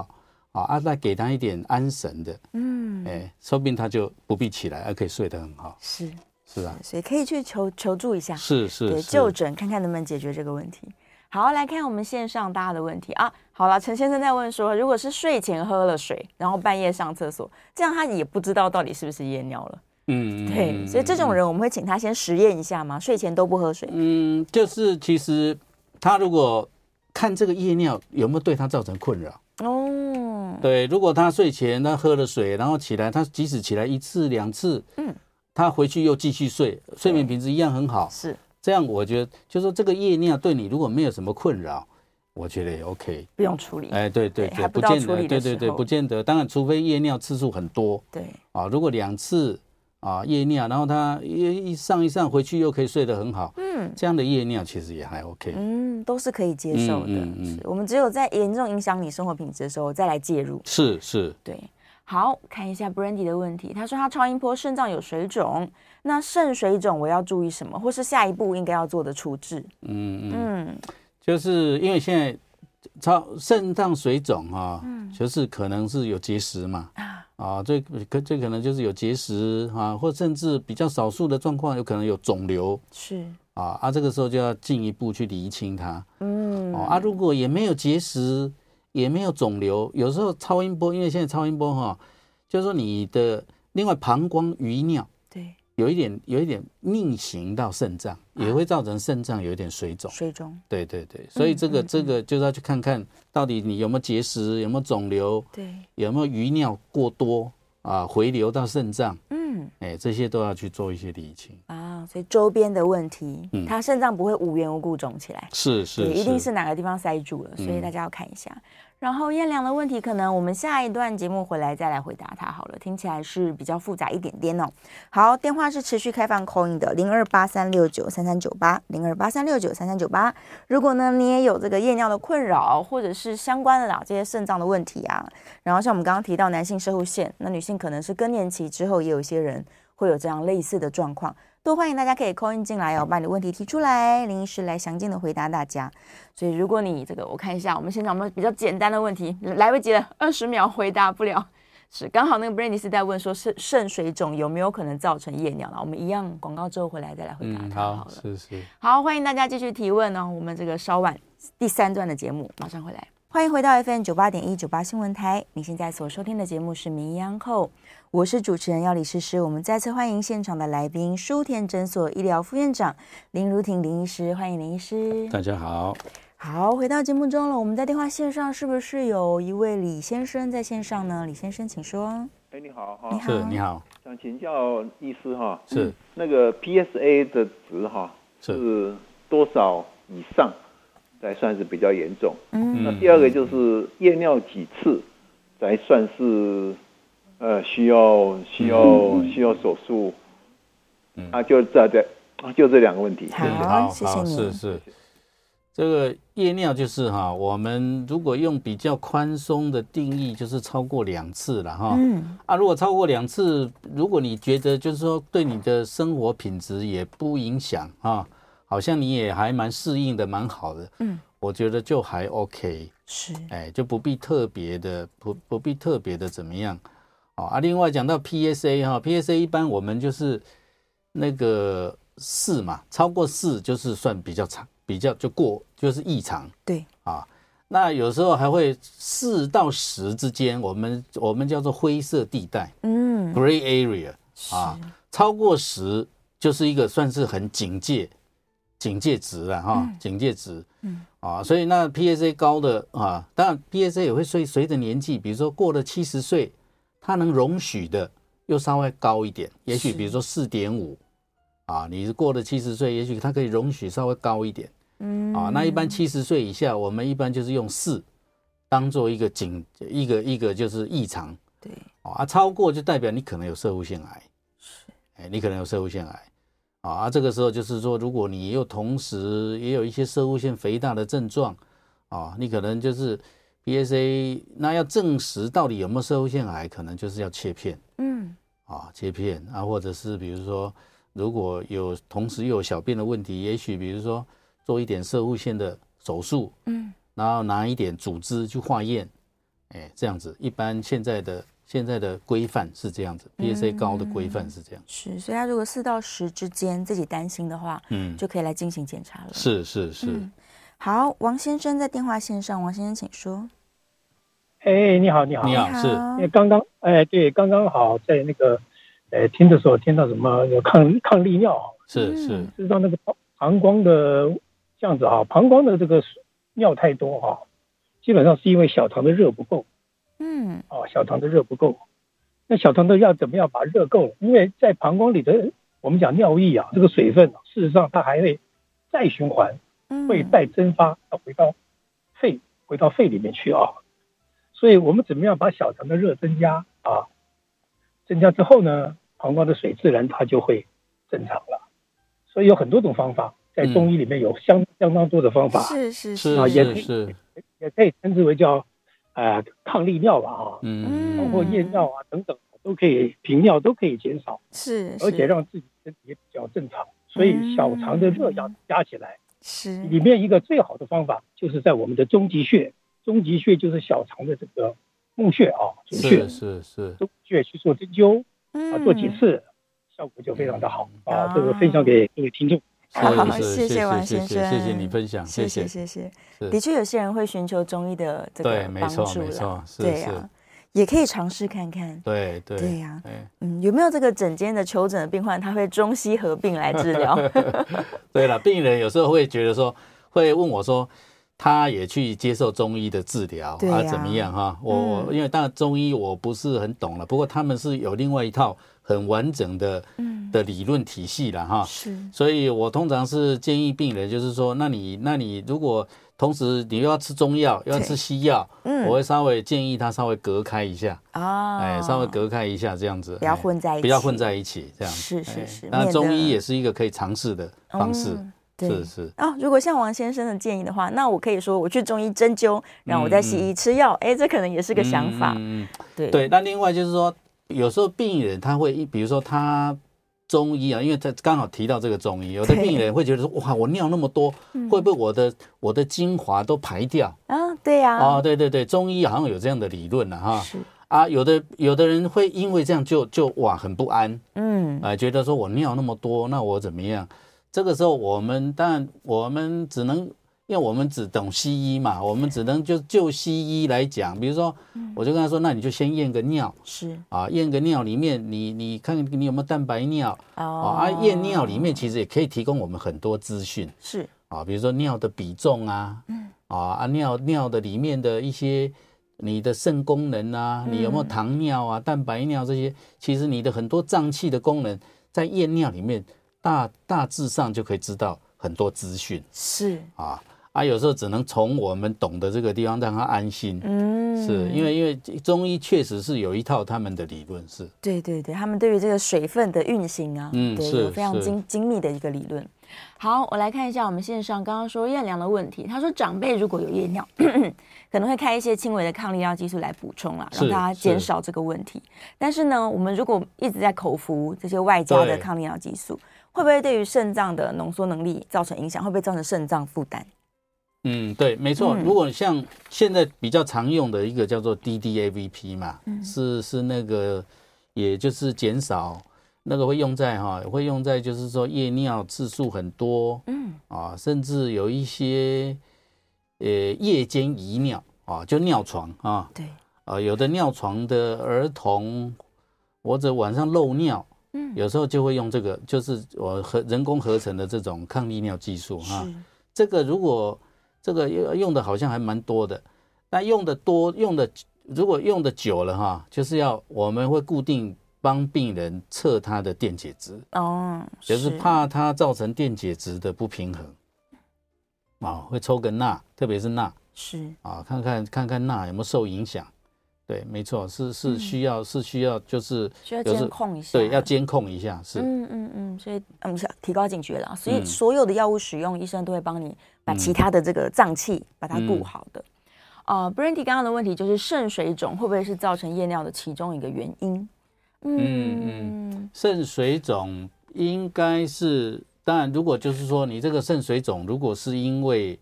Speaker 3: 啊啊，再给他一点安神的，
Speaker 2: 嗯，
Speaker 3: 哎，说不定他就不必起来，而可以睡得很好。
Speaker 2: 是，
Speaker 3: 是啊，
Speaker 2: 所以可以去求求助一下，
Speaker 3: 是是
Speaker 2: 对，
Speaker 3: 是，
Speaker 2: 就诊看看能不能解决这个问题。好，来看我们线上大家的问题啊。好了，陈先生在问说，如果是睡前喝了水，然后半夜上厕所，这样他也不知道到底是不是夜尿了。
Speaker 3: 嗯
Speaker 2: 对，所以这种。
Speaker 3: 嗯嗯
Speaker 2: 人我们会请他先实验一下嘛，睡前都不喝水。
Speaker 3: 嗯，就是其实他如果看这个夜尿有没有对他造成困扰，
Speaker 2: 哦，
Speaker 3: 对，如果他睡前他喝了水，然后起来，他即使起来一次两次，
Speaker 2: 嗯，
Speaker 3: 他回去又继续睡，睡眠品质一样很好，
Speaker 2: 是
Speaker 3: 这样我觉得，就说这个夜尿对你如果没有什么困扰，我觉得也 OK。
Speaker 2: 不用处理。
Speaker 3: 哎，对对
Speaker 2: 对
Speaker 3: 对，
Speaker 2: 还不
Speaker 3: 不
Speaker 2: 到
Speaker 3: 见
Speaker 2: 处理
Speaker 3: 得，
Speaker 2: 的
Speaker 3: 对
Speaker 2: 时
Speaker 3: 对对，
Speaker 2: 候
Speaker 3: 不见得。当然，除非夜尿次数很多
Speaker 2: 对，
Speaker 3: 啊，如果两次啊夜尿，然后他一一上一上回去又可以睡得很好，
Speaker 2: 嗯
Speaker 3: 这样的夜尿其实也还 OK。
Speaker 2: 嗯，都是可以接受的。
Speaker 3: 嗯嗯嗯
Speaker 2: 是我们只有在严重影响你生活品质的时候再来介入。
Speaker 3: 是是，
Speaker 2: 对，好看一下 Brandy 的问题，他说他超音波肾脏有水肿，那肾水肿我要注意什么，或是下一步应该要做的处置？
Speaker 3: 嗯嗯，
Speaker 2: 嗯，
Speaker 3: 就是因为现在超肾脏水肿啊，
Speaker 2: 嗯
Speaker 3: 就是可能是有结石嘛，啊，这可这可能就是有结石啊，或甚至比较少数的状况有可能有肿瘤。
Speaker 2: 是，
Speaker 3: 啊啊，这个时候就要进一步去厘清它。
Speaker 2: 嗯，
Speaker 3: 哦啊，如果也没有结石，也没有肿瘤，有时候超音波，因为现在超音波哈、就是说你的另外膀胱余尿
Speaker 2: 对，
Speaker 3: 有一点有一点逆行到肾脏，也会造成肾脏有一点啊水嗯肿。
Speaker 2: 水肿，
Speaker 3: 对对对，所以这个、这个就是要去看看到底你有没有结石，有没有肿瘤，
Speaker 2: 对，
Speaker 3: 有没有余尿过多啊，回流到肾脏，
Speaker 2: 嗯
Speaker 3: 哎，这些都要去做一些理清。
Speaker 2: 啊，所以周边的问题，
Speaker 3: 嗯
Speaker 2: 他肾脏不会无缘无故肿起来。
Speaker 3: 是是
Speaker 2: 对，一定是哪个地方塞住了，所以大家要看一下。然后燕良的问题，可能我们下一段节目回来再来回答他好了，听起来是比较复杂一点点哦。好，电话是持续开放 call in 的零二八三六九三三九八零二八三六九三三九八。如果呢你也有这个夜尿的困扰，或者是相关的啦这些肾脏的问题啊，然后像我们刚刚提到男性射护腺，那女性可能是更年期之后，也有一些人会有这样类似的状况。都欢迎大家可以 call in 进来哦，把你的问题提出来，林医师来详尽的回答大家。所以如果你这个，我看一下我们现场有没有比较简单的问题，来不及了，二十秒回答不了。是刚好那个 Brandy 是在问说肾肾水肿有没有可能造成夜尿了，我们一样广告之后回来再来回答
Speaker 3: 嗯，
Speaker 2: 他好
Speaker 3: 好，
Speaker 2: 了。
Speaker 3: 是是。
Speaker 2: 好，欢迎大家继续提问哦。我们这个稍晚第三段的节目马上回来。欢迎回到 FM 九八点一九八新闻台，你现在所收听的节目是《名医央叩》，我是主持人药理诗诗。我们再次欢迎现场的来宾，舒田诊所医疗副院长林如婷林医师，欢迎林医师。
Speaker 3: 大家好，
Speaker 2: 好，回到节目中了，我们在电话线上是不是有一位李先生在线上呢？李先生，请说。
Speaker 7: 哎，你好哈
Speaker 2: 你，好
Speaker 3: 是你好，
Speaker 7: 想请教医师哈，
Speaker 2: 嗯
Speaker 3: 是
Speaker 7: 那个 PSA 的值哈
Speaker 3: 是，
Speaker 7: 是多少以上才算是比较严重？
Speaker 2: 嗯
Speaker 7: 那
Speaker 3: 嗯
Speaker 7: 第二个就是夜尿几次才算是呃需要需要需要手术？
Speaker 3: 嗯
Speaker 7: 啊，就这这啊就这两个问题。
Speaker 2: 好
Speaker 3: 是好，
Speaker 2: 谢谢
Speaker 3: 好
Speaker 2: 你
Speaker 3: 是是，这个夜尿就是哈，我们如果用比较宽松的定义，就是超过两次了哈。
Speaker 2: 嗯
Speaker 3: 啊，如果超过两次，如果你觉得就是说对你的生活品质也不影响啊，好像你也还蛮适应的，蛮好的，
Speaker 2: 嗯，
Speaker 3: 我觉得就还 OK，
Speaker 2: 是
Speaker 3: 哎，就不必特别的，不不必特别的怎么样。哦啊，另外讲到 PSA 哈、p s a 一般我们就是那个四嘛，超过四就是算比较长，比较就过就是异常。
Speaker 2: 对
Speaker 3: 啊，那有时候还会四到十之间，我们我们叫做灰色地带
Speaker 2: 嗯
Speaker 3: （gray area） 啊，超过十就是一个算是很警戒警戒值了哈，警戒值。嗯啊，所以那 PSA 高的啊，当然 PSA 也会随随着年纪，比如说过了七十岁，它能容许的又稍微高一点，也许
Speaker 2: 是
Speaker 3: 比如说四点五啊，你是过了七十岁，也许它可以容许稍微高一点。
Speaker 2: 嗯
Speaker 3: 啊，那一般七十岁以下，我们一般就是用四当做一个警，一个一个就是异常
Speaker 2: 对
Speaker 3: 哦啊，超过就代表你可能有社会腺癌，是，哎，你可能有社会腺癌啊啊，这个时候就是说，如果你又同时也有一些社会腺肥大的症状啊，你可能就是 PSA，那要证实到底有没有社会腺癌，可能就是要切片
Speaker 2: 嗯
Speaker 3: 啊，切片啊，或者是比如说，如果有同时又有小便的问题，也许比如说做一点射护腺的手术，
Speaker 2: 嗯
Speaker 3: 然后拿一点组织去化验，哎，这样子，一般现在的现在的规范是这样子，PSA
Speaker 2: 嗯
Speaker 3: 高的规范是这样，
Speaker 2: 是，所以他如果四到十之间自己担心的话，
Speaker 3: 嗯，
Speaker 2: 就可以来进行检查了。
Speaker 3: 是是是
Speaker 2: 嗯，好，王先生在电话线上，王先生请说。
Speaker 8: 哎，你好，你好，
Speaker 3: 你好是
Speaker 8: 哎，刚刚，哎，对，刚刚好在那个，呃，听的时候听到什么有抗抗利尿，
Speaker 3: 是是
Speaker 2: 嗯
Speaker 8: 知道那个膀膀胱的这样子啊，膀胱的这个尿太多啊，基本上是因为小肠的热不够
Speaker 2: 嗯
Speaker 8: 啊，小肠的热不够。那小肠的要怎么样把热够？因为在膀胱里的我们讲尿液啊，这个水分、啊，事实上它还会再循环，
Speaker 2: 嗯，
Speaker 8: 会再蒸发，回到肺，回到肺里面去啊。所以我们怎么样把小肠的热增加啊？增加之后呢，膀胱的水自然它就会正常了。所以有很多种方法，在中医里面有相相当多的方法，
Speaker 2: 是是
Speaker 8: 啊
Speaker 3: 是
Speaker 8: 也
Speaker 3: 是
Speaker 8: 可以
Speaker 3: 是，
Speaker 8: 也可以称之为叫呃抗利尿吧啊，包
Speaker 3: 嗯
Speaker 8: 括夜尿啊等等，都可以频尿都可以减少，
Speaker 2: 是，
Speaker 8: 而且
Speaker 2: 是
Speaker 8: 让自己身体也比较正常。所以小肠的热要加起来。
Speaker 2: 是
Speaker 8: 里面一个最好的方法就是在我们的中极穴，中极穴就是小肠的这个募穴啊，主穴
Speaker 3: 是，是是，
Speaker 8: 中极穴去做针灸啊，
Speaker 2: 嗯
Speaker 8: 做几次，效果就非常的好啊
Speaker 2: 啊。
Speaker 8: 这个分享给各位听众。
Speaker 2: 好
Speaker 3: 是是
Speaker 2: 谢谢
Speaker 3: 谢谢
Speaker 2: 王
Speaker 3: 谢
Speaker 2: 先
Speaker 3: 谢谢谢
Speaker 2: 生
Speaker 3: 你分享，
Speaker 2: 谢谢
Speaker 3: 谢谢，
Speaker 2: 谢谢，
Speaker 3: 是
Speaker 2: 的确有些人会寻求中医的这个
Speaker 3: 对没
Speaker 2: 帮
Speaker 3: 错
Speaker 2: 助
Speaker 3: 没
Speaker 2: 啦
Speaker 3: 错，是
Speaker 2: 对
Speaker 3: 是
Speaker 2: 呀，也可以尝试看看。
Speaker 3: 对对
Speaker 2: 对呀
Speaker 3: 哎
Speaker 2: 嗯，有没有这个诊间的求诊的病患，他会中西合并来治 疗？
Speaker 3: 对了，病人有时候会觉得说，会问我说，他也去接受中医的治疗啊
Speaker 2: 对呀
Speaker 3: 怎么样哈？我我、
Speaker 2: 嗯
Speaker 3: 因为当然中医我不是很懂了，不过他们是有另外一套很完整的、
Speaker 2: 嗯
Speaker 3: 的理论体系了哈。
Speaker 2: 是，
Speaker 3: 所以我通常是建议病人，就是说，那你那你如果同时你又要吃中药，又要
Speaker 2: 对
Speaker 3: 吃西药，
Speaker 2: 嗯
Speaker 3: 我会稍微建议他稍微隔开一下，
Speaker 2: 啊，
Speaker 3: 哎，稍微隔开一下这样子，
Speaker 2: 不要
Speaker 3: 哎
Speaker 2: 混在一起，
Speaker 3: 不要混在一起这样。
Speaker 2: 是是
Speaker 3: 哎
Speaker 2: 是
Speaker 3: 当然
Speaker 2: 免
Speaker 3: 中
Speaker 2: 得
Speaker 3: 医也是一个可以尝试的方式，
Speaker 2: 嗯对
Speaker 3: 是是。
Speaker 2: 哦，如果像王先生的建议的话，那我可以说我去中医针灸，然后我在西医吃药，哎、这可能也是个想法。
Speaker 3: 嗯嗯嗯嗯
Speaker 2: 对
Speaker 3: 对，那另外就是说，有时候病人他会，比如说他中医啊，因为他刚好提到这个中医，有的
Speaker 2: 对
Speaker 3: 病人会觉得说，哇，我尿那么多，
Speaker 2: 嗯
Speaker 3: 会不会我的我的精华都排掉？
Speaker 2: 啊，对呀、
Speaker 3: 哦，对对对，中医好像有这样的理论了哈。
Speaker 2: 是
Speaker 3: 啊，有的有的人会因为这样就就哇很不安，
Speaker 2: 嗯，
Speaker 3: 啊、觉得说我尿那么多，那我怎么样？这个时候我们当然我们只能，因为我们只懂西医嘛，我们只能就就西医来讲，比如说，我就跟他说，那你就先验个尿
Speaker 2: 是
Speaker 3: 啊，验个尿里面你你看你有没有蛋白尿啊
Speaker 2: 哦
Speaker 3: 啊，验尿里面其实也可以提供我们很多资讯
Speaker 2: 是
Speaker 3: 啊，比如说尿的比重啊，嗯，啊啊尿尿的里面的一些。你的肾功能啊，你有没有糖尿啊、蛋白尿这些？其实你的很多脏器的功能，在验尿里面大大致上就可以知道很多资讯
Speaker 2: 是，
Speaker 3: 啊啊，有时候只能从我们懂的这个地方让他安心，
Speaker 2: 嗯，
Speaker 3: 是因为因为中医确实是有一套他们的理论是，
Speaker 2: 对对对，他们对于这个水分的运行啊，
Speaker 3: 嗯
Speaker 2: 对，
Speaker 3: 是
Speaker 2: 有非常
Speaker 3: 是
Speaker 2: 精精密的一个理论。好，我来看一下我们线上刚刚说验良的问题。他说，长辈如果有夜尿， 可能会开一些轻微的抗利尿激素来补充啦，让
Speaker 3: 是
Speaker 2: 大家减少这个问题。但是呢，我们如果一直在口服这些外加的
Speaker 3: 对
Speaker 2: 抗利尿激素，会不会对于肾脏的浓缩能力造成影响？会不会造成肾脏负担？
Speaker 3: 嗯，对，没错。
Speaker 2: 嗯
Speaker 3: 如果像现在比较常用的一个叫做 DDAVP 嘛，是是那个，也就是减少那个会用在哈、会用在就是说夜尿次数很多，嗯啊，甚至有一些呃夜间遗尿啊，就尿床啊，
Speaker 2: 对，
Speaker 3: 啊，有的尿床的儿童或者晚上漏尿，嗯，有时候就会用这个，就是我合人工合成的这种抗利尿技术哈、这个如果这个用用的好像还蛮多的，那用的多用的如果用的久了哈，就是要我们会固定帮病人测他的电解质，
Speaker 2: 哦，
Speaker 3: 就是怕它造成电解质的不平衡，啊、会抽个钠，特别是钠，
Speaker 2: 是
Speaker 3: 啊，看看看看钠有没有受影响。对，没错，是是需要、是需要，就是
Speaker 2: 嗯需要
Speaker 3: 有时
Speaker 2: 监控一下，
Speaker 3: 对，要监控一下，是、
Speaker 2: 嗯嗯嗯，所以嗯，想提高警觉了。所以
Speaker 3: 嗯
Speaker 2: 所有的药物使用，医生都会帮你把其
Speaker 3: 嗯
Speaker 2: 他的这个脏器把它顾
Speaker 3: 嗯
Speaker 2: 好的。呃 b r a n d y 刚刚的问题就是肾水肿会不会是造成夜尿的其中一个原因？嗯
Speaker 3: 嗯
Speaker 2: 嗯，
Speaker 3: 肾水肿应该是，当然，如果就是说你这个肾水肿，如果是因为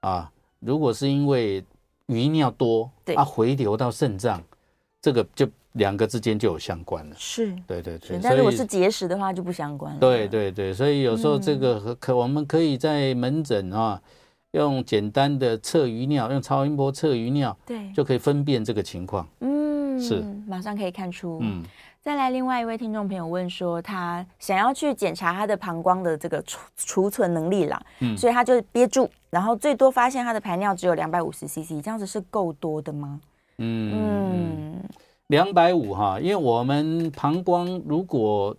Speaker 3: 啊，如果是因为余尿多，
Speaker 2: 对
Speaker 3: 啊，回流到肾脏，这个就两个之间就有相关了。
Speaker 2: 是。
Speaker 3: 对对
Speaker 2: 是
Speaker 3: 对，
Speaker 2: 但如果
Speaker 3: 所以
Speaker 2: 是结石的话，就不相关了。
Speaker 3: 对，对对，所以有时候这个和可我们可以在门诊啊，用简单的测余尿，用超音波测余尿，
Speaker 2: 对
Speaker 3: 就可以分辨这个情况。
Speaker 2: 嗯，
Speaker 3: 是
Speaker 2: 马上可以看出。
Speaker 3: 嗯，
Speaker 2: 再来，另外一位听众朋友问说，他想要去检查他的膀胱的这个储储存能力啦，
Speaker 3: 嗯
Speaker 2: 所以他就憋住，然后最多发现他的排尿只有两百五十 CC，这样子是够多的吗？
Speaker 3: 嗯，
Speaker 2: 嗯，
Speaker 3: 两百五哈，因为我们膀胱如果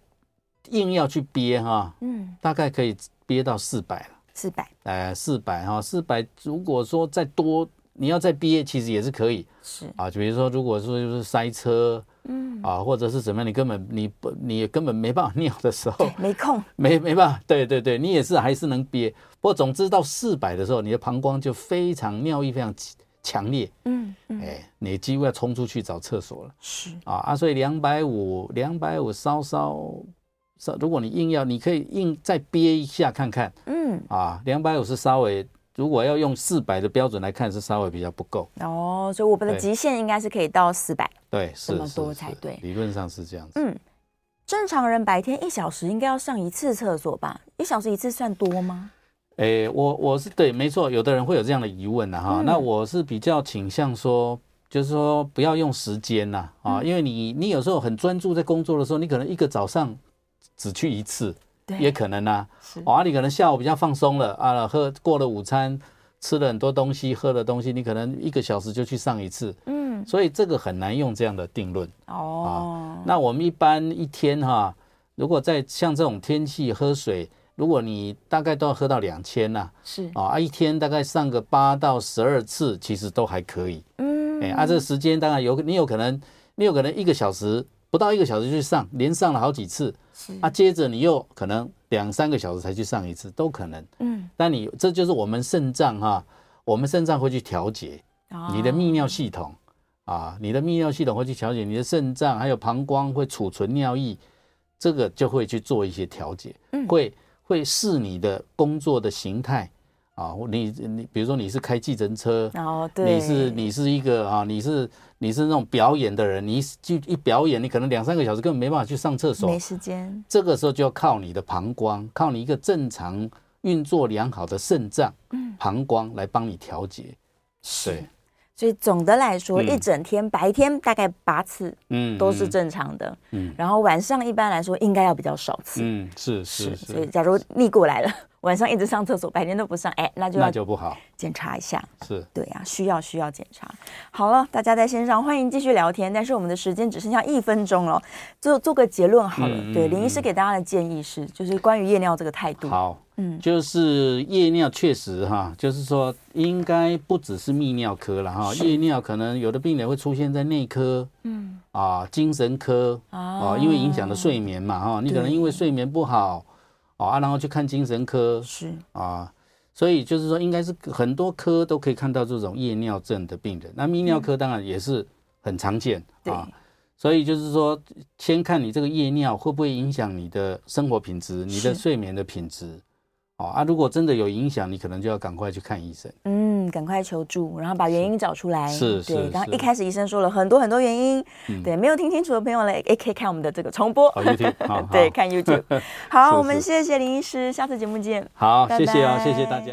Speaker 3: 硬要去憋哈，
Speaker 2: 嗯，
Speaker 3: 大概可以憋到四百了，
Speaker 2: 四百
Speaker 3: 呃，四百哈，四百如果说再多，你要再憋，其实也是可以，
Speaker 2: 是
Speaker 3: 啊，比如说如果说就是塞车，嗯，啊，或者是怎么样，你根本你不你根本没办法尿的时候，
Speaker 2: 没空，
Speaker 3: 没没办法，对对对，你也是还是能憋。不过总之到四百的时候，你的膀胱就非常尿意非常强强烈，
Speaker 2: 嗯，
Speaker 3: 哎，你几乎要冲出去找厕所了
Speaker 2: 是
Speaker 3: 啊啊！所以两百五两百五稍稍稍，如果你硬要，你可以硬再憋一下看看
Speaker 2: 嗯，
Speaker 3: 啊。两百五是稍微，如果要用四百的标准来看，是稍微比较不够。
Speaker 2: 哦，所以我们的
Speaker 3: 对
Speaker 2: 极限应该是可以到四百。
Speaker 3: 对，是
Speaker 2: 么
Speaker 3: 是
Speaker 2: 多
Speaker 3: 是
Speaker 2: 才对
Speaker 3: 理论上是这样子。
Speaker 2: 嗯正常人白天一小时应该要上一次厕所吧？一小时一次算多吗？
Speaker 3: 诶、我我是对，没错，有的人会有这样的疑问呐、啊哈、
Speaker 2: 嗯
Speaker 3: 那我是比较倾向说，就是说不要用时间呐啊
Speaker 2: 嗯
Speaker 3: 因为你你有时候很专注在工作的时候，你可能一个早上只去一次，
Speaker 2: 对
Speaker 3: 也可能呐、
Speaker 2: 是
Speaker 3: 哦啊。你可能下午比较放松了啊，喝过了午餐，吃了很多东西，喝了东西，你可能一个小时就去上一次，
Speaker 2: 嗯，
Speaker 3: 所以这个很难用这样的定论。
Speaker 2: 哦，
Speaker 3: 那我们一般一天哈、如果在像这种天气喝水，如果你大概都要喝到两千呐。
Speaker 2: 是，
Speaker 3: 哦啊，一天大概上个八到十二次，其实都还可以。
Speaker 2: 嗯，
Speaker 3: 哎，啊，这个时间当然有，你有可能，你有可能一个小时不到一个小时就去上，连上了好几次，
Speaker 2: 是
Speaker 3: 啊，接着你又可能两三个小时才去上一次，都可能。
Speaker 2: 嗯，
Speaker 3: 但你这就是我们肾脏哈、我们肾脏会去调节啊你的泌尿系
Speaker 2: 哦
Speaker 3: 统啊，你的泌尿系统会去调节你的肾脏，还有膀胱会储存尿液，这
Speaker 2: 嗯
Speaker 3: 个就会去做一些调节，会会视你的工作的形态啊，或你你比如说你是开计程车，
Speaker 2: 哦，对，
Speaker 3: 你是你是一个啊，你是你是那种表演的人，你就一表演，你可能两三个小时根本没办法去上厕所
Speaker 2: 没，时间，
Speaker 3: 这个时候就要靠你的膀胱，靠你一个正常运作良好的肾脏、
Speaker 2: 嗯
Speaker 3: 膀胱来帮你调节。对，
Speaker 2: 所以总的来说，
Speaker 3: 嗯
Speaker 2: 一整天白天大概八次
Speaker 3: 嗯，
Speaker 2: 都是
Speaker 3: 嗯，
Speaker 2: 正常的，
Speaker 3: 嗯
Speaker 2: 然后晚上一般来说应该要比较少次，
Speaker 3: 嗯，是是
Speaker 2: 所以
Speaker 3: 是，
Speaker 2: 假如逆过来了，晚上一直上厕所，白天都不上，哎，那就
Speaker 3: 那
Speaker 2: 要
Speaker 3: 就不好，
Speaker 2: 检查一下。
Speaker 3: 是。
Speaker 2: 对呀、需要需要检查。好了，大家在线上欢迎继续聊天，但是我们的时间只剩下一分钟了，做做个结论好了。
Speaker 3: 嗯嗯
Speaker 2: 对，
Speaker 3: 嗯
Speaker 2: 林医师给大家的建议是，就是关于夜尿这个态度。
Speaker 3: 好，
Speaker 2: 嗯
Speaker 3: 就是夜尿确实哈，就是说应该不只是泌尿科了哈，夜尿可能有的病人会出现在内科，嗯啊，精神科
Speaker 2: 哦
Speaker 3: 啊，因为影响了睡眠嘛哈，你可能因为睡眠不好哦啊，然后去看精神科
Speaker 2: 是
Speaker 3: 啊。所以就是说，应该是很多科都可以看到这种夜尿症的病人。那泌尿科当然也是很常见、
Speaker 2: 嗯对
Speaker 3: 啊。所以就是说，先看你这个夜尿会不会影响你的生活品质、你的睡眠的品质。哦啊，如果真的有影响，你可能就要赶快去看医生。
Speaker 2: 嗯，赶快求助，然后把原因找出来。
Speaker 3: 是是
Speaker 2: 对。刚刚
Speaker 3: 是嗯
Speaker 2: 一开始医生说了很多很多原因，对，没有听清楚的朋友呢，也可以看我们的这个重播。
Speaker 3: 好，YouTube，好，好
Speaker 2: 对，看 YouTube。好，
Speaker 3: 是
Speaker 2: 我们
Speaker 3: 是
Speaker 2: 谢谢林医师，下次节目见。
Speaker 3: 好，谢谢哦，
Speaker 2: 拜拜
Speaker 3: 谢谢大家。